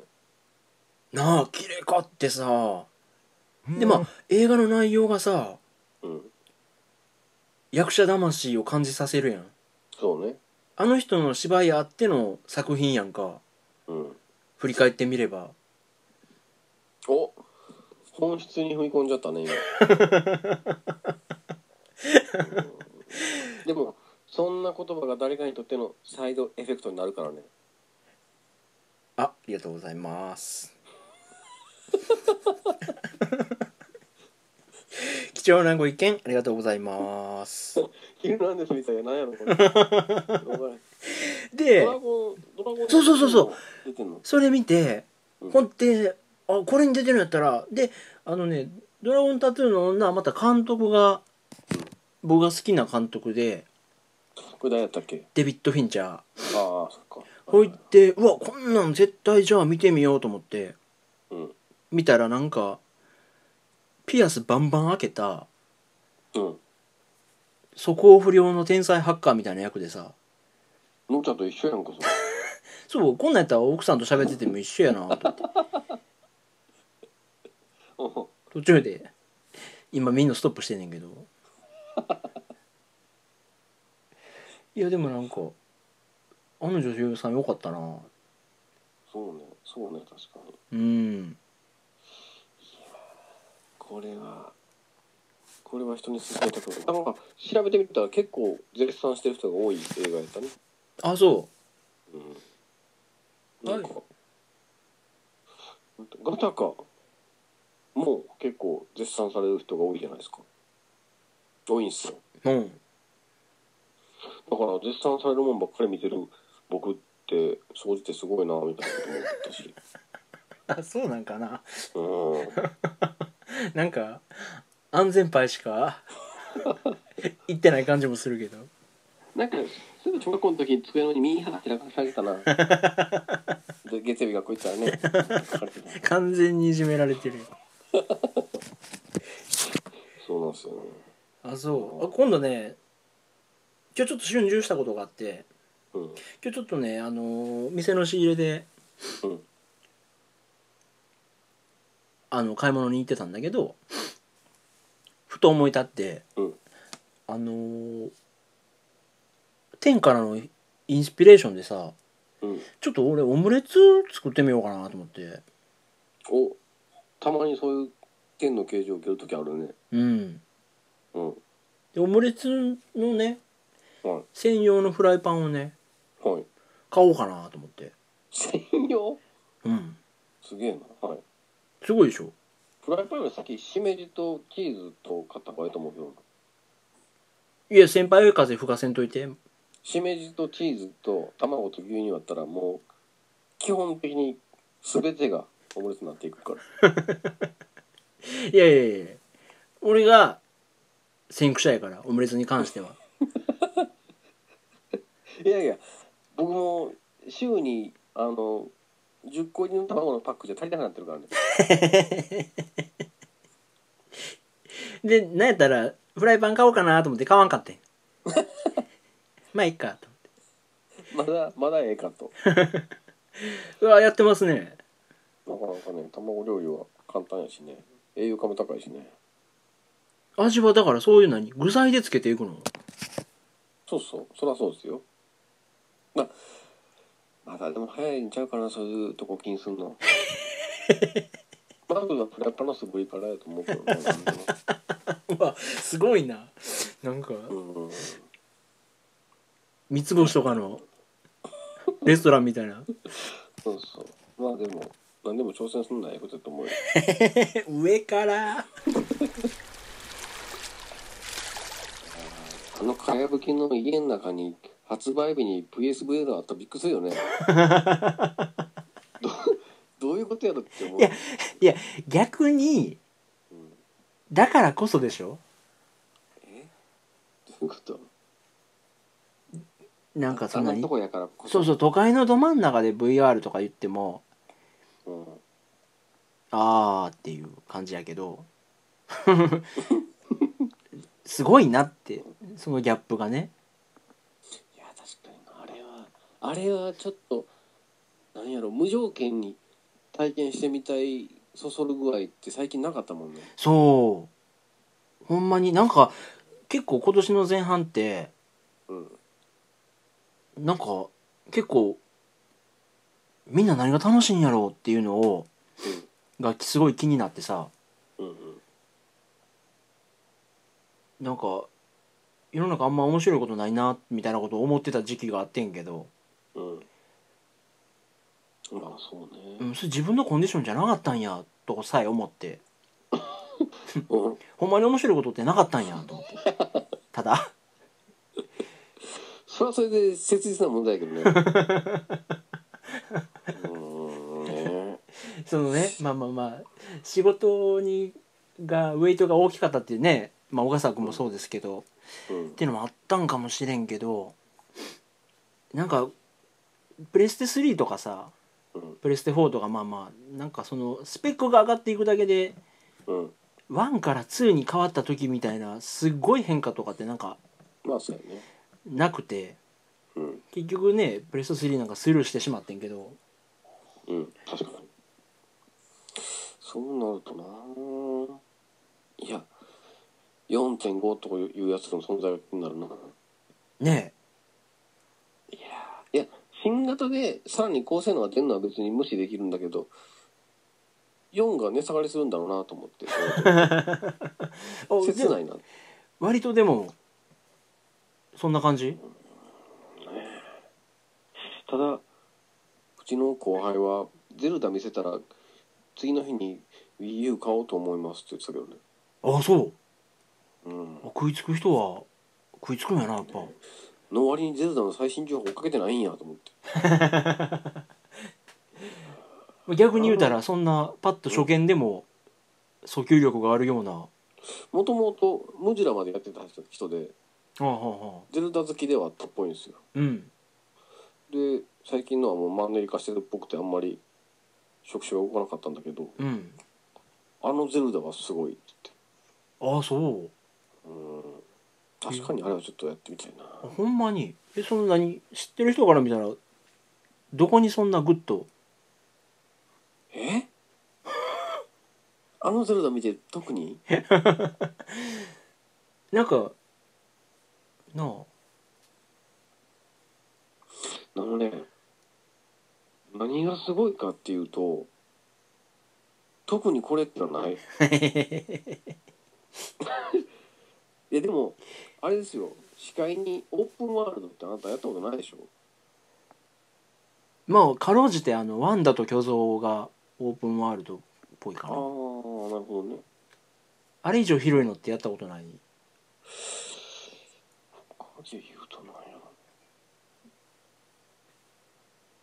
S1: なあ綺麗かってさでまあ映画の内容がさ
S2: うん
S1: 役者魂を感じさせるやん
S2: そうね
S1: あの人の芝居あっての作品やんか
S2: うん
S1: 振り返ってみれば
S2: お本質に踏み込んじゃったね
S1: *laughs*
S2: 今うんでもそんな言葉が誰かにとってのサイドエフェクトになるからね
S1: あありがとうございます。貴重なご意見ありがとうございます。
S2: 「ヒルナンデス」みたいな何やろ
S1: *laughs*
S2: これドラゴン
S1: で、
S2: ドラゴン
S1: そうそうそうそう
S2: 出てんの
S1: それ見て、
S2: うん
S1: ほんで、あ、これに出てるんやったら、で、あのね、ドラゴンタトゥーの女はまた監督が、僕が好きな監督で、
S2: これ誰やったっけ
S1: デビッド・フィンチャー。
S2: ああそっか
S1: ほいって、うわ、こんなん絶対じゃあ見てみようと思って、
S2: うん
S1: 見たらなんか、ピアスバンバン開けた、
S2: うん
S1: 素行不良の天才ハッカーみたいな役でさ
S2: のっちゃんと一緒やんかそれ
S1: そうこんなんやったら奥さんと喋ってても一緒やなと思 *laughs* って
S2: うん
S1: 途中で今みんなストップしてんねんけど *laughs* いやでもなんかあの女優さんよかったな
S2: そうねそうね確かに
S1: うん
S2: これはこれは人に勧めたくないなんか調べてみたら結構絶賛してる人が多い映画やったね
S1: あそ
S2: うんなんか、ガタカもう結構絶賛される人が多いじゃないですか多いんすよ
S1: ううん
S2: だから絶賛されるもんばっかり見てる僕って総じてすごいなみたいなこと思ったし
S1: あそうなんかな
S2: う
S1: なんか安全牌し *laughs* か言ってない感じもするけど
S2: んなんかすぐ小学校の時に机の上にミーハーってらかされたなで月曜日学校行ったらね書かれてた
S1: 完全にいじめられてるよ
S2: そうなんですよね
S1: あそうあ今度ね今日ちょっと春秋したことがあって
S2: うん
S1: 今日ちょっとねあのー店の仕入れで
S2: うん
S1: あの買い物に行ってたんだけどふと思い立って
S2: うん
S1: あのー天からのインスピレーションでさ
S2: うん
S1: ちょっと俺オムレツ作ってみようかなと思って
S2: おたまにそういう剣の形状を受ける時あるね
S1: うん
S2: うん
S1: でオムレツのね
S2: はい
S1: 専用のフライパンをね
S2: はい
S1: 買おうかなと思って
S2: 専用
S1: うん
S2: すげえなはい
S1: すごいでしょ
S2: フライパンより先しめじとチーズと買った方がいいと思うけど
S1: いや先輩風吹かせんといて
S2: しめじとチーズと卵と牛乳あったらもう基本的に全てがオムレツになっていくから
S1: いやいやいやいや俺が先駆者やからオムレツに関してはい
S2: やいや僕も週にあの10個入りの卵のパックじゃ足りなくなってるからね
S1: でなんやったら *laughs* フライパン買おうかなと思って買わんかってんまあいっかと
S2: まだまだええかと
S1: うわやってますね
S2: なかなかね卵料理は簡単やしね栄養価も高いしね
S1: 味はだからそういう何具材でつけていくの
S2: そうそうそりゃそうですよままだでも早いんちゃうかなそういうとこ気にすん
S1: *laughs*
S2: のまずはフライパンのすごいからやと思うけどねなんでも
S1: うわすごいななんか
S2: うん
S1: 三つ星とかのレストランみたいな
S2: そうそうまあでも何でも挑戦すんのはええことやと思うよ
S1: 上から
S2: あのかやぶきの家の中に発売日に PSV があったらびっくりす
S1: *laughs*
S2: るよねどどういうことやろって思う
S1: いやいや逆に
S2: うん
S1: だからこそでしょ
S2: えどういうこと
S1: なんかそ
S2: あ
S1: ん
S2: ん
S1: な
S2: な
S1: に
S2: とこやからこ
S1: そうそう都会のど真ん中で VR とか言っても
S2: う、うん、
S1: あーっていう感じやけど *laughs* すごいなってそのギャップがね
S2: いや確かになあれはあれはちょっとなんやろ無条件に体験してみたいそそる具合って最近なかったもんね
S1: そうほんまになんか結構今年の前半って
S2: うん
S1: なんか結構みんな何が楽しいんやろうっていうのをがすごい気になってさ
S2: うんうん
S1: なんか世の中あんま面白いことないなみたいなことを思ってた時期があってんけど、
S2: うんうんまあそう
S1: う
S2: ね
S1: ん、それ自分のコンディションじゃなかったんやとさえ思って
S2: うん
S1: ほんまに面白いことってなかったんやと思って *laughs* ただ
S2: それはそれで切実な問題やけどねう *laughs* ーんね
S1: そのねまあまあまあ仕事にがウェイトが大きかったってね、まあ、小笠君もそうですけど、
S2: うん
S1: っていうのもあったんかもしれんけどなんかプレステ3とかさ
S2: うん
S1: プレステ4とかまあまあなんかそのスペックが上がっていくだけで
S2: うん
S1: 1から2に変わった時みたいなすっごい変化とかってなんか
S2: まあそうやね
S1: なくて
S2: うん
S1: 結局ねプレステ3なんかスルーしてしまってんけど
S2: うん確かにそうなるとないや4.5とかいうやつの存在が気になるな
S1: ね
S2: いやーいや新型でさらに高性能が出るのは別に無視できるんだけど4が値下がりするんだろうなと思って
S1: えあで
S2: 切
S1: も
S2: ないな
S1: 割とでもそんな感じ
S2: ただうちの後輩は「ゼルダ見せたら次の日に WiiU 買おうと思います」って言ってたけどね
S1: あそう
S2: うん
S1: あ食いつく人は食いつくんやなやっぱ
S2: の割にゼルダの最新情報追っかけてないんやと思って
S1: 逆に言うたらそんなパッと初見でも訴求力があるようなは
S2: もともとムジラまでやってた人で
S1: あはあはあ
S2: ゼルダ好きではあったっぽいんですよ
S1: うん
S2: で最近のはもうマンネリ化してるっぽくてあんまり触手が動かなかったんだけど
S1: うん
S2: あのゼルダはすごいって
S1: ああそう
S2: 言って確かにあれはちょっとやってみたいな
S1: あほんまにえそんなに知ってる人から見たらどこにそんなグッと
S2: え *laughs* あのゼルダ見て特に
S1: なんかなあ
S2: あのね何がすごいかっていうと特にこれってのはない *laughs* いやでもあれですよ視界にオープンワールドってあなたやったことないでしょ
S1: まあかろうじてあのワンダと巨像がオープンワールドっぽいか
S2: ああ
S1: な
S2: ーなるほどね
S1: あれ以上広いのってやったことない
S2: で言うとなんや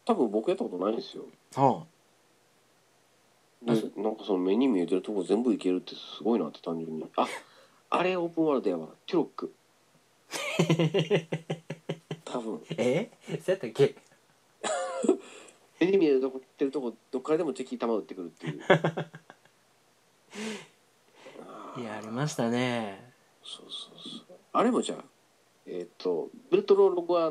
S2: 多分僕やったことないんですよ
S1: は
S2: でなんかその目に見えてるとこ全部いけるってすごいなって単純に
S1: *laughs*
S2: ああれオープンワールドやわテュロック多分
S1: あえそうやったっけ
S2: 目に見えるとこってるとこどっからでも敵弾撃ってくるっ
S1: *laughs*
S2: ていう
S1: いやありましたね
S2: そうそうそうあれもじゃあえっ、とベルトロロゴア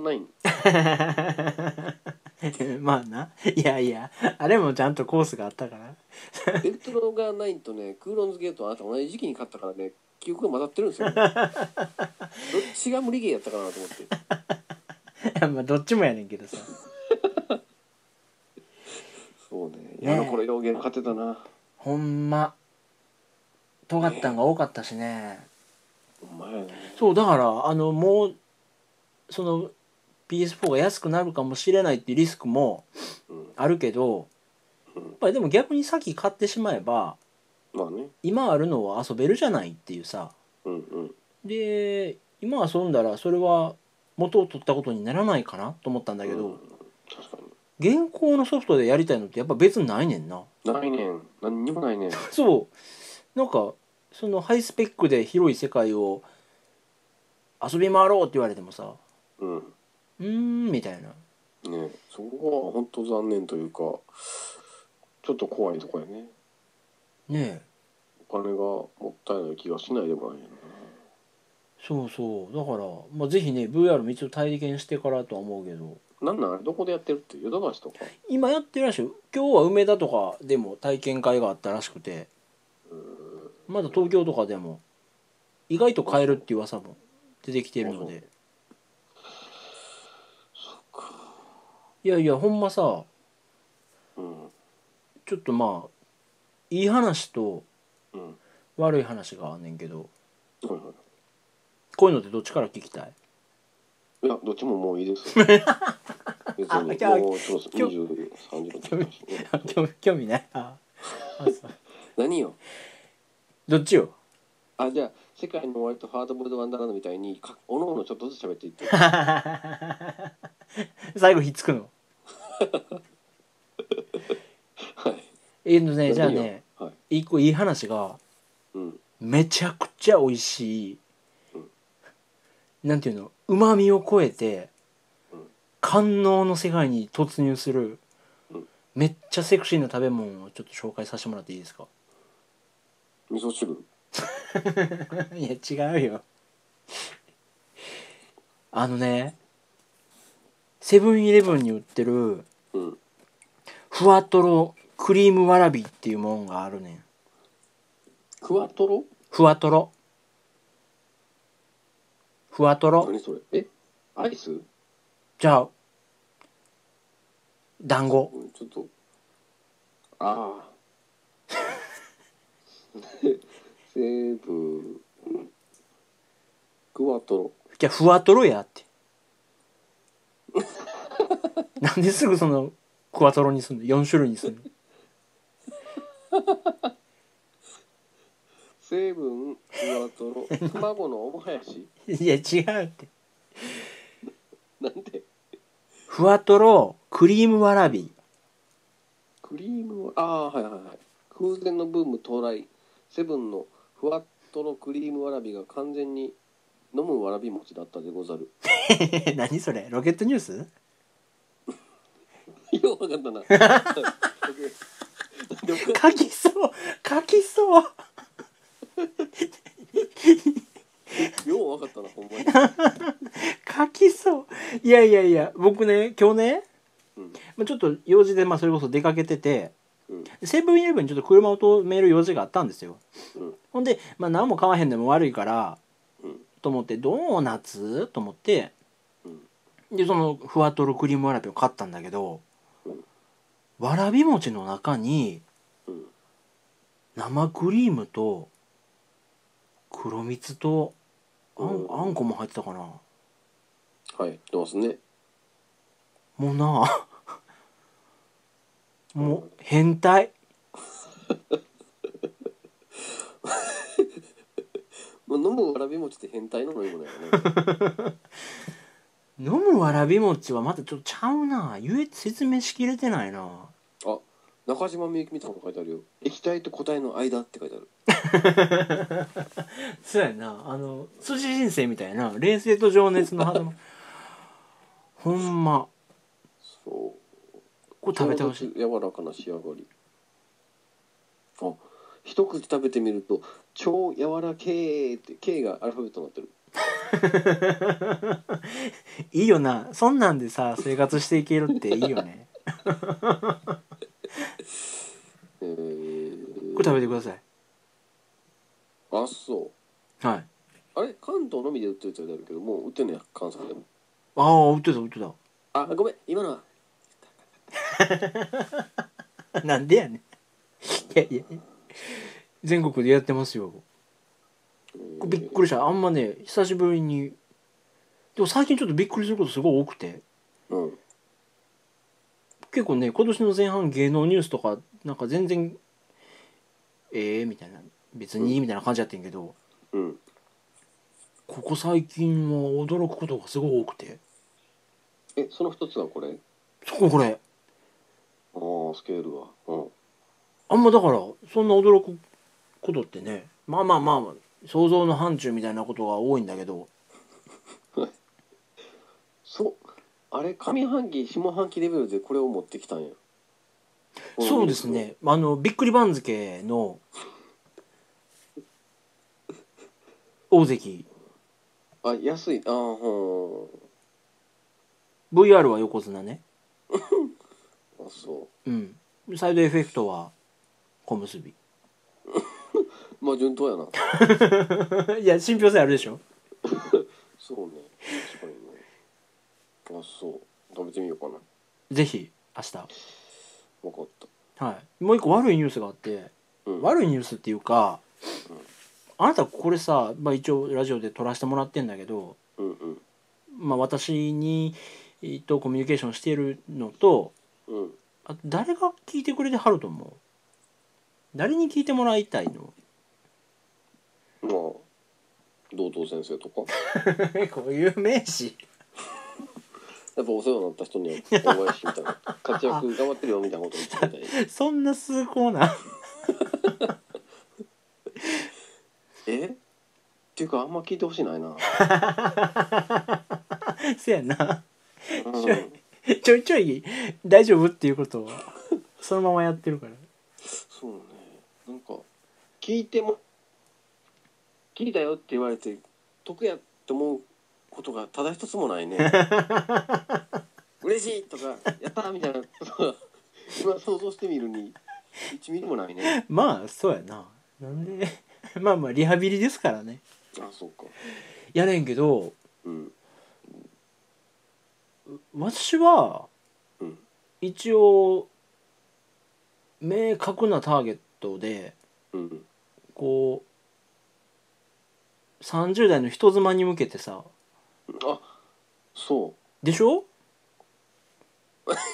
S1: *laughs* *laughs*
S2: 9
S1: まあないやいやあれもちゃんとコースがあったから
S2: ベルトロロゴア9とねクーロンズゲートはあなた同じ時期に買ったからね記憶が混ざってるん
S1: *laughs*
S2: ですよどっちが無理ゲーやったかなと思って
S1: いやまあどっちもやねんけどさ
S2: そうねいやあの頃ロゲーム買ってたな
S1: ほんま尖ったんが多かったしね
S2: お前やね
S1: そうだからあのもうその PS4 が安くなるかもしれないっていうリスクも
S2: うん
S1: あるけど
S2: うん
S1: やっぱりでも逆に先買ってしまえば
S2: まあね
S1: 今あるのは遊べるじゃないっていうさ
S2: うんうん
S1: で今遊んだらそれは元を取ったことにならないかなと思ったんだけど、
S2: うん確か
S1: 現行のソフトでやりたいのってやっぱ別にないねんな
S2: にないねん何にもないねん
S1: そうなんかそのハイスペックで広い世界を遊び回ろうって言われてもさ
S2: うん
S1: うーんみたいな
S2: ねそこは本当残念というかちょっと怖いとこやね
S1: ねえ
S2: お金がもったいない気がしないでもないよね
S1: そうそうだから、まあ、ぜひね VR も一応体験してからとは思うけど
S2: なんなんあれどこでやってるってヨドバシとか
S1: 今やってるらしいよ今日は梅田とかでも体験会があったらしくてまだ東京とかでも意外と買えるっていう噂も出てきてるのでいやいやほんまさ
S2: うん
S1: ちょっとまあいい話と
S2: うんはい
S1: 悪い話があんねんけど
S2: は
S1: こういうのってどっちから聞きたい
S2: いいやどっちももういいで
S1: *laughs*
S2: すよ別
S1: あ
S2: に
S1: じゃあ
S2: もうちょっと
S1: 今日
S2: 20 30分経ったしね
S1: *laughs* 興味興味ないああそう
S2: 何よ
S1: どっちよ
S2: あじゃあ世界の終わりとハードボールドワンダーランドみたいにかおのおのちょっとずつ喋っていって
S1: *laughs* 最後ひっつくの
S2: はい
S1: えーとねじゃあ
S2: 何
S1: ね
S2: よはい
S1: 一個いい話が
S2: うん
S1: めちゃくちゃ美味しい
S2: うん
S1: なんていうのうまみを超えて
S2: うん
S1: 官能の世界に突入する
S2: うん
S1: めっちゃセクシーな食べ物をちょっと紹介させてもらっていいですか
S2: 味噌汁
S1: *laughs* いや違うよあのねセブンイレブンに売ってる
S2: うん
S1: ふわとろクリームわらびっていうもんがあるねん
S2: クワトロ
S1: ふわとろふわとろ
S2: 何それえアイス
S1: じゃあ団子
S2: うんちょっとああ *laughs* セブクワトロ
S1: じゃあふわとろやって *laughs* なんですぐそのクワトロにすんの4種類にすんの
S2: 成分クワトロ *laughs* 卵のおもはやし
S1: *laughs* いや違うって
S2: なんで
S1: ふわとろクリームわらび *laughs*
S2: クリームああはいはいはい空前のブーム到来セブンのふわっとろクリームわらびが完全に飲むわらび餅だったでござる *laughs*
S1: え何それロケットニュー *laughs* ス
S2: ようわかったな *laughs* でも
S1: 書きそう書きそう
S2: ようわかったなほんまに、
S1: 書きそういやいやいや僕ね今日ね
S2: うん
S1: まあちょっと用事でまあそれこそ出かけてて
S2: うん
S1: セブンイレブンにちょっと車を止める用事があったんですよ
S2: うん
S1: ほんで、まあ、何も買わへんでも悪いから
S2: うん
S1: と思ってドーナツと思って
S2: うん
S1: でそのふわとろクリームわらびを買ったんだけど
S2: うん
S1: わらび餅の中に
S2: うん
S1: 生クリームと黒蜜とあん
S2: うん
S1: あんこも入ってたかな
S2: はい、出ますね。
S1: もうなも
S2: う
S1: うん変態
S2: まあ、飲むわらび餅って変態の飲み物やね。
S1: 飲むわらび餅はまたちょっとちゃうなゆえ説明しきれてないな
S2: あ、中島みゆきみたいなこと書いてあるよ。液体と固体の間って書いてある。
S1: そうやなあの筋人生みたいな冷静と情熱の狭間 *laughs* ほんま
S2: そう。
S1: これ食べてほしい
S2: ちょうど柔らかな仕上がり。あ、一口食べてみると超柔らけーって、K がアルファベットになってる。
S1: いいよなそんなんでさ生活していけるっていいよね
S2: えー
S1: これ食べてください
S2: あそう
S1: はい
S2: あれ関東のみで売ってるって言われてるけどもう売ってんねや関西でも
S1: ああ売ってた売ってた
S2: あごめん今のは
S1: *laughs* なんでやねんいやいや全国でやってますよびっくりしたあんまね久しぶりにでも最近ちょっとびっくりすることすごい多くて
S2: うん
S1: 結構ね今年の前半芸能ニュースとかなんか全然ええみたいな別にみたいな感じやってんけど、
S2: うん
S1: ここ最近は驚くことがすごい多くて
S2: えその一つがこれあ
S1: そここれ
S2: あスケールはうん
S1: あんまだからそんな驚くことってねまあまあまあまあ想像の範疇みたいなことが多いんだけど
S2: そうあれ上半期下半期レベルでこれを持ってきたんや
S1: そうですねあのびっくり番付 *laughs* の大関
S2: あ安いああほ
S1: VR は横綱ね
S2: んあそ
S1: うんサイドエフェクトは小 *laughs* 結び
S2: うまあ順当やない
S1: や信憑性あるでしょ
S2: そうね確かにねあそう食べてみようかな
S1: ぜひ明日
S2: 分かった
S1: はいもう一個悪いニュースがあって
S2: うん
S1: 悪いニュースっていうかあなたこれさ、まあ、一応ラジオで撮らせてもらってんだけど、
S2: うんうん
S1: まあ、私に、えーとコミュニケーションしているのと
S2: うん
S1: あと誰が聞いてくれてはると思う誰に聞いてもらいたいの
S2: まあ道東先生とか
S1: *laughs* こういう名詞
S2: やっぱお世話になった人には恩返しみたいな活躍頑張ってるよみたいなこと言ってみたい
S1: そんな崇高な *laughs*
S2: えっていうかあんま聞いてほしいないな、
S1: せやな
S2: うん、
S1: ちょいちょい大丈夫っていうことをそのままやってるから
S2: そうねなんか聞いても聞いたよって言われて得やって思うことがただ一つもないね嬉しいとかやったーみたいなことが今想像してみるに1ミリもないね
S1: まあそうやななんで *laughs* まあまあリハビリですからね
S2: あそうか
S1: やねんけど
S2: うん
S1: 私は
S2: うん
S1: 一応明確なターゲットで
S2: うん
S1: こう30代の人妻に向けてさ
S2: あそう
S1: でしょ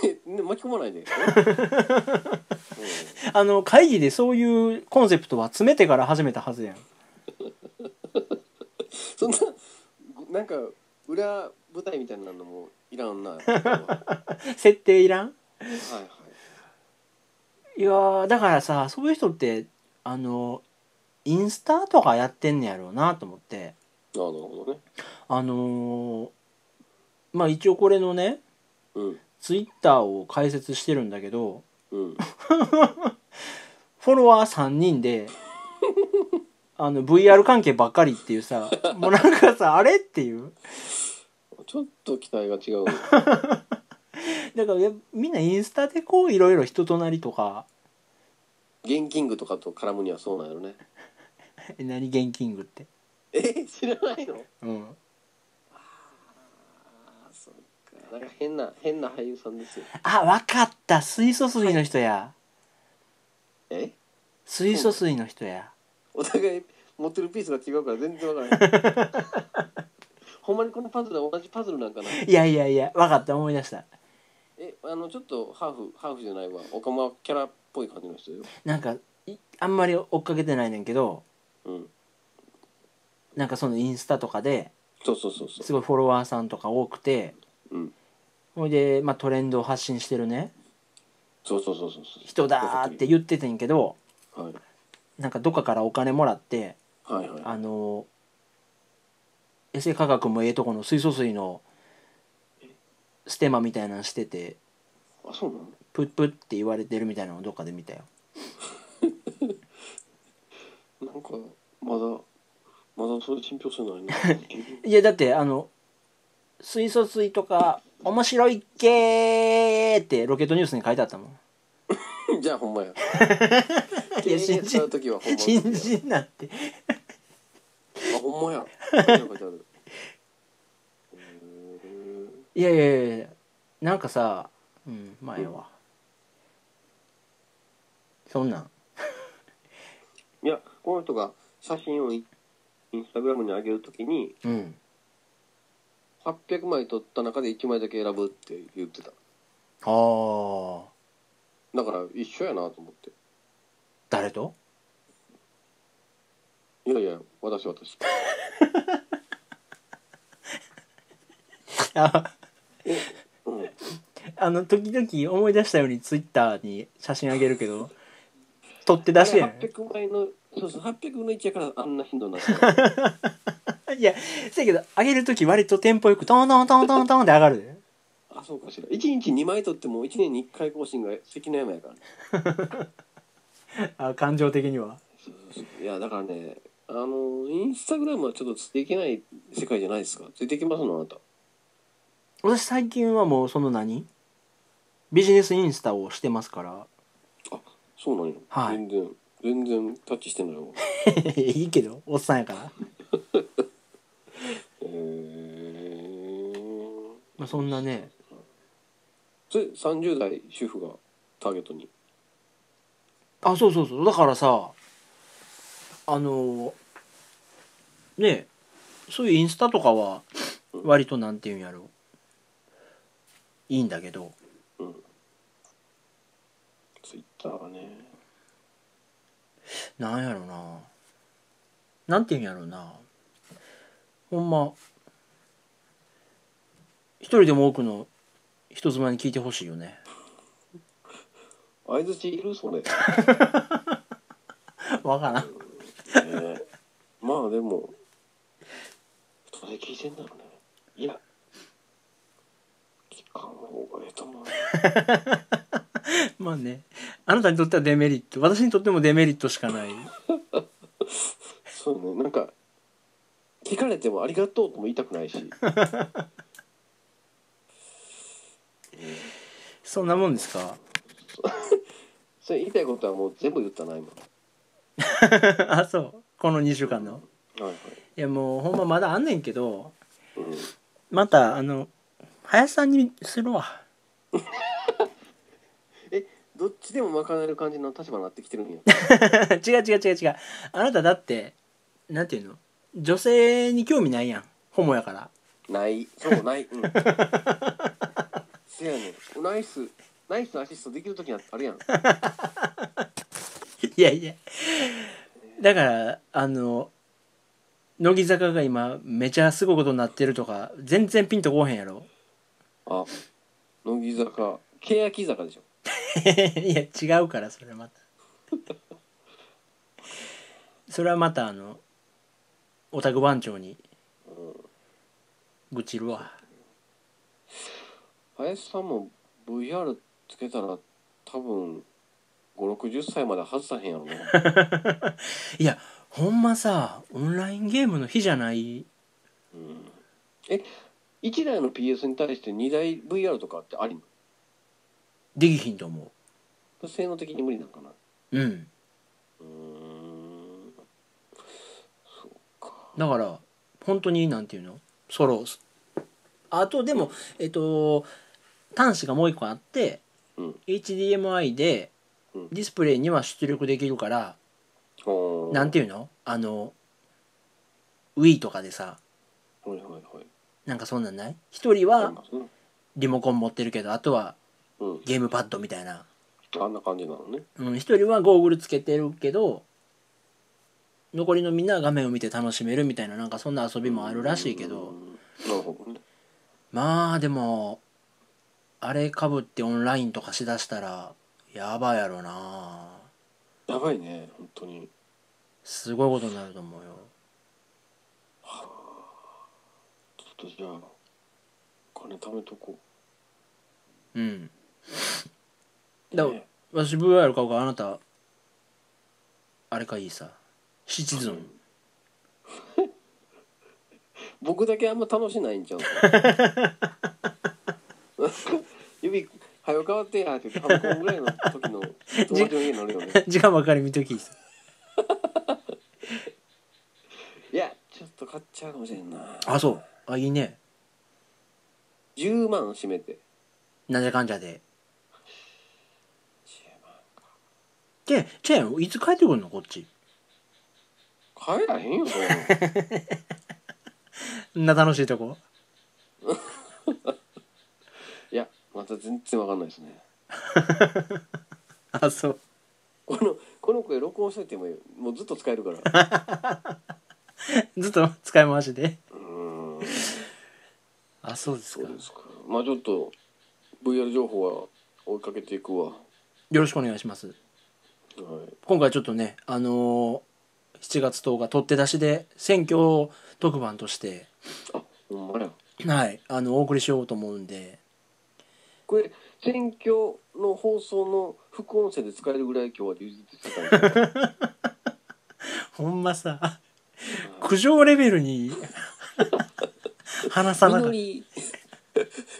S2: えね巻き込まないで、
S1: あの会議でそういうコンセプトは詰めてから始めたはずやん
S2: そんななんか裏舞台みたいなのもいらんなはいは
S1: 設定いらん
S2: い
S1: いやーだからさそういう人ってあのインスタとかやってんねやろうなと思って
S2: あなるほどね
S1: あのーまあ一応これのね
S2: うん
S1: ツイッターを開設してるんだけど
S2: うん
S1: フォロワー3人であの VR 関係ばっかりっていうさもうなんかさ *laughs* あれっていう
S2: *laughs* ちょっと期待が *laughs* 違うね
S1: だからやみんなインスタでこういろいろ人となりとか
S2: ゲンキングとかと絡むにはそうなんやろね
S1: え何ゲンキングって
S2: え知らないの
S1: うん
S2: あそっかなんか変な変な俳優さんですよ
S1: あわかった水素水の人や、
S2: え
S1: 水素水の人や
S2: お互い持ってるピースが違うから全然わからない *laughs* ほんまにこのパズルは同じパズルなんかない
S1: やいやいやわかった思い出した
S2: えあのちょっとハーフハーフじゃないわオカマキャラっぽい感じの人よ
S1: なんかいあんまり追っかけてないねんけど
S2: うん
S1: なんかそのインスタとかで
S2: そうそうそうそ
S1: すごいフォロワーさんとか多くて
S2: ううん
S1: ほいで、まあ、トレンドを発信してるね
S2: そうそうそうそうそう
S1: 人だーって言っててんけど
S2: はい
S1: なんかどっかからお金もらって
S2: はいはい
S1: あの衛生科学もええとこの水素水のステマみたいなのしてて
S2: あそうなの
S1: プップッって言われてるみたいなのをどっかで見たよ
S2: なんかまだまだそれ信憑性 *laughs* ないな
S1: いやだってあの水素水とか面白いっけーってロケットニュースに書いてあったも *laughs* ん
S2: じゃあほ
S1: *laughs*
S2: んまや
S1: いや信じ
S2: 使う時はほんま
S1: 信じんなって
S2: あほんまや書いてある書いてあるへー
S1: いやいやいやいやなんかさうんまあええわそんなん
S2: いやこの人が写真をインスタグラムに上げるときに
S1: うん
S2: 800枚撮った中で1枚だけ選ぶって言ってた
S1: ああ
S2: だから一緒やなと思って
S1: 誰と
S2: いやいや私私
S1: あ
S2: うんい
S1: あの時々思い出したようにツイッターに写真あげるけど取 *laughs* って出しやん
S2: 800枚のそうそう800分の1やからあんな頻度になっ
S1: *laughs* いやせやけど上げる時割とテンポよくトントントントントンって上がるで
S2: あそうかしら1日2枚撮っても1年に1回更新が関の山やからね
S1: あ感情的には
S2: そうそうそういやだからねあのインスタグラムはちょっとついていけない世界じゃないですかついていけますのあなた
S1: 私最近はもうその何ビジネスインスタをしてますから
S2: そうなんよ、
S1: はい
S2: 全然全然タッチしてないよ
S1: *laughs* いいけどおっさんやから、
S2: へー
S1: まあ、そんなね
S2: それ30代主婦がターゲットに
S1: あそうそうそうだからさあのねえそういうインスタとかは
S2: うん
S1: 割となんていうんやろいいんだけど
S2: うんツイッターがね
S1: なんやろななんていうんやろなほんま一人でも多くの人妻に聞いてほしいよね
S2: 相づちいるそれ、ね
S1: *laughs* わからん
S2: えまあでもそれ聞いてんだろうねいや聞かん方がええと思う
S1: まあねあなたにとってはデメリット私にとってもデメリットしかない
S2: そうねなんか聞かれてもありがとうとも言いたく *laughs* ないし
S1: そんなもんですか *laughs*
S2: それ言いたいことはもう全部言ったな今
S1: あそうこの2週間の
S2: はいはい
S1: いやもうほんままだあんねんけど
S2: うん
S1: またあの林さんにするわ *laughs*
S2: どっちでも賄える感じの立場になってきてるんや
S1: 違う違う違う違うあなただってなんていうの女性に興味ないやんホモやから *laughs*
S2: ないそうない *laughs* うんせやねんナイスナイスアシストできる時にあるやん
S1: いやいやだからあの乃木坂が今めちゃすごいことになってるとか全然ピンとこおへんやろ
S2: あ乃木坂欅坂でしょ
S1: *laughs* いや違うからそれまた *laughs* それはまたあのオタク番長に愚痴るわ
S2: 林さんも VR つけたら多分560歳まで外さへんやろね
S1: いやほんまさオンラインゲームの日じゃない
S2: うんえ1台の PS に対して2台 VR とかってありな
S1: できひんと思
S2: の性能的に無理なんかな
S1: ううん
S2: うーんそうか
S1: だから本当になんていうのソロあとでもえっと端子がもう一個あって
S2: うん、
S1: HDMI で
S2: うん
S1: ディスプレイには出力できるから、
S2: おー
S1: なんていうのあの Wii とかでさ
S2: はいはいはい
S1: なんかそんなんない一人
S2: あり
S1: は
S2: ますね
S1: リモコン持ってるけどあとは
S2: うん
S1: ゲームパッドみたいな
S2: あんな感じなのね
S1: うん、一人はゴーグルつけてるけど残りのみんなは画面を見て楽しめるみたいななんかそんな遊びもあるらしいけど
S2: うんなるほどね
S1: まあでもあれかぶってオンラインとかしだしたらやばいやろな
S2: やばいね本当に
S1: すごいことになると思うよ
S2: ちょっとじゃあお金貯めとこ
S1: うん
S2: う
S1: だ
S2: ね
S1: 私 VR 買うからあなたあれかいいさシチズン
S2: *laughs* 僕だけあんま楽しないんちゃう *laughs* 指早く変わってやって半分ぐらいの時の友達の家になるよね
S1: *laughs* 時間ばっかり見とき
S2: いやちょっと買っちゃうかもしれんな
S1: あそうあいいね
S2: 10万占めて
S1: なんじゃかんじゃで
S2: 10
S1: でチェーンいつ帰ってくるのこっち
S2: 万買えらへんよそ *laughs* れ
S1: んな楽しいとこ
S2: いやまた全然わかんないですね
S1: あそう
S2: このこの声録音しててももうずっと使えるから
S1: ずっと使い回しで
S2: うーん
S1: あそうです
S2: そ
S1: か
S2: うですかまあちょっと VR 情報は追いかけていくわは
S1: よろしくお願いします
S2: い
S1: 今回ちょっとねあのー7月10日取って出しで選挙特番として
S2: あほんまや
S1: はいあのお送りしようと思うんで
S2: これ選挙の放送の副音声で使えるぐらい今日は充実してたんで
S1: ほんまさ苦情レベルに *laughs* 話さなかっ
S2: 実り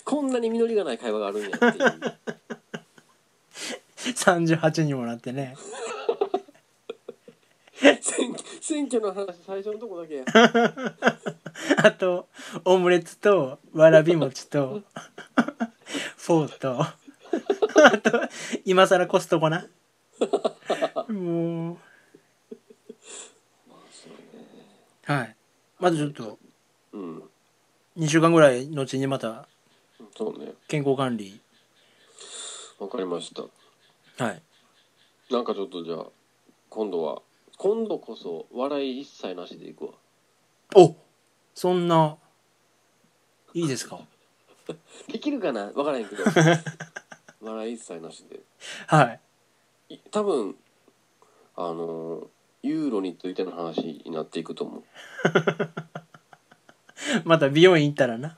S2: こんなに実りがない会話があるんやっていう
S1: た38にもなってね
S2: 選挙選挙の話最初のとこだけや
S1: *laughs* あとオムレツとわらび餅とフォーと *laughs* あと今更コストコなもうはいまずちょっと
S2: うん
S1: 2週間ぐらいのうちにまた
S2: そうね
S1: 健康管理
S2: わかりました
S1: はい
S2: なんかちょっとじゃあ今度は今度こそ笑い一切なしでいくわ
S1: おそんないいですか
S2: できるかなわからへんけど笑い一切なしで
S1: はい
S2: い多分あのーユーロについての話になっていくと思う
S1: また美容院行ったらな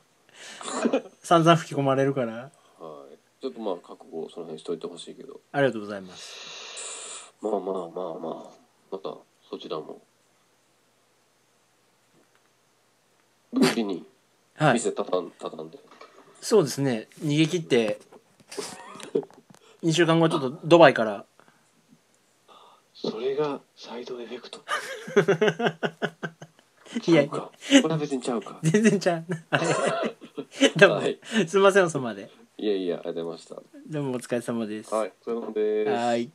S1: 散々吹き込まれるから
S2: はいちょっとまあ覚悟をその辺しといてほしいけど
S1: ありがとうございます
S2: まあまあまあまあまたそちらも無事に
S1: はい
S2: 店たたんたたんで、
S1: そうですね逃げ切って2週間後はちょっとドバイから
S2: それがサイドエフ
S1: *laughs*
S2: ェクト
S1: い
S2: ち
S1: や
S2: ゃうかこれは別にちゃうか
S1: 全然ちゃうあれ *laughs* どうも、
S2: はい
S1: すいませんおそまで
S2: いやいやありがとうございました
S1: どうもお疲れ様です
S2: はい、そういうことです。
S1: はい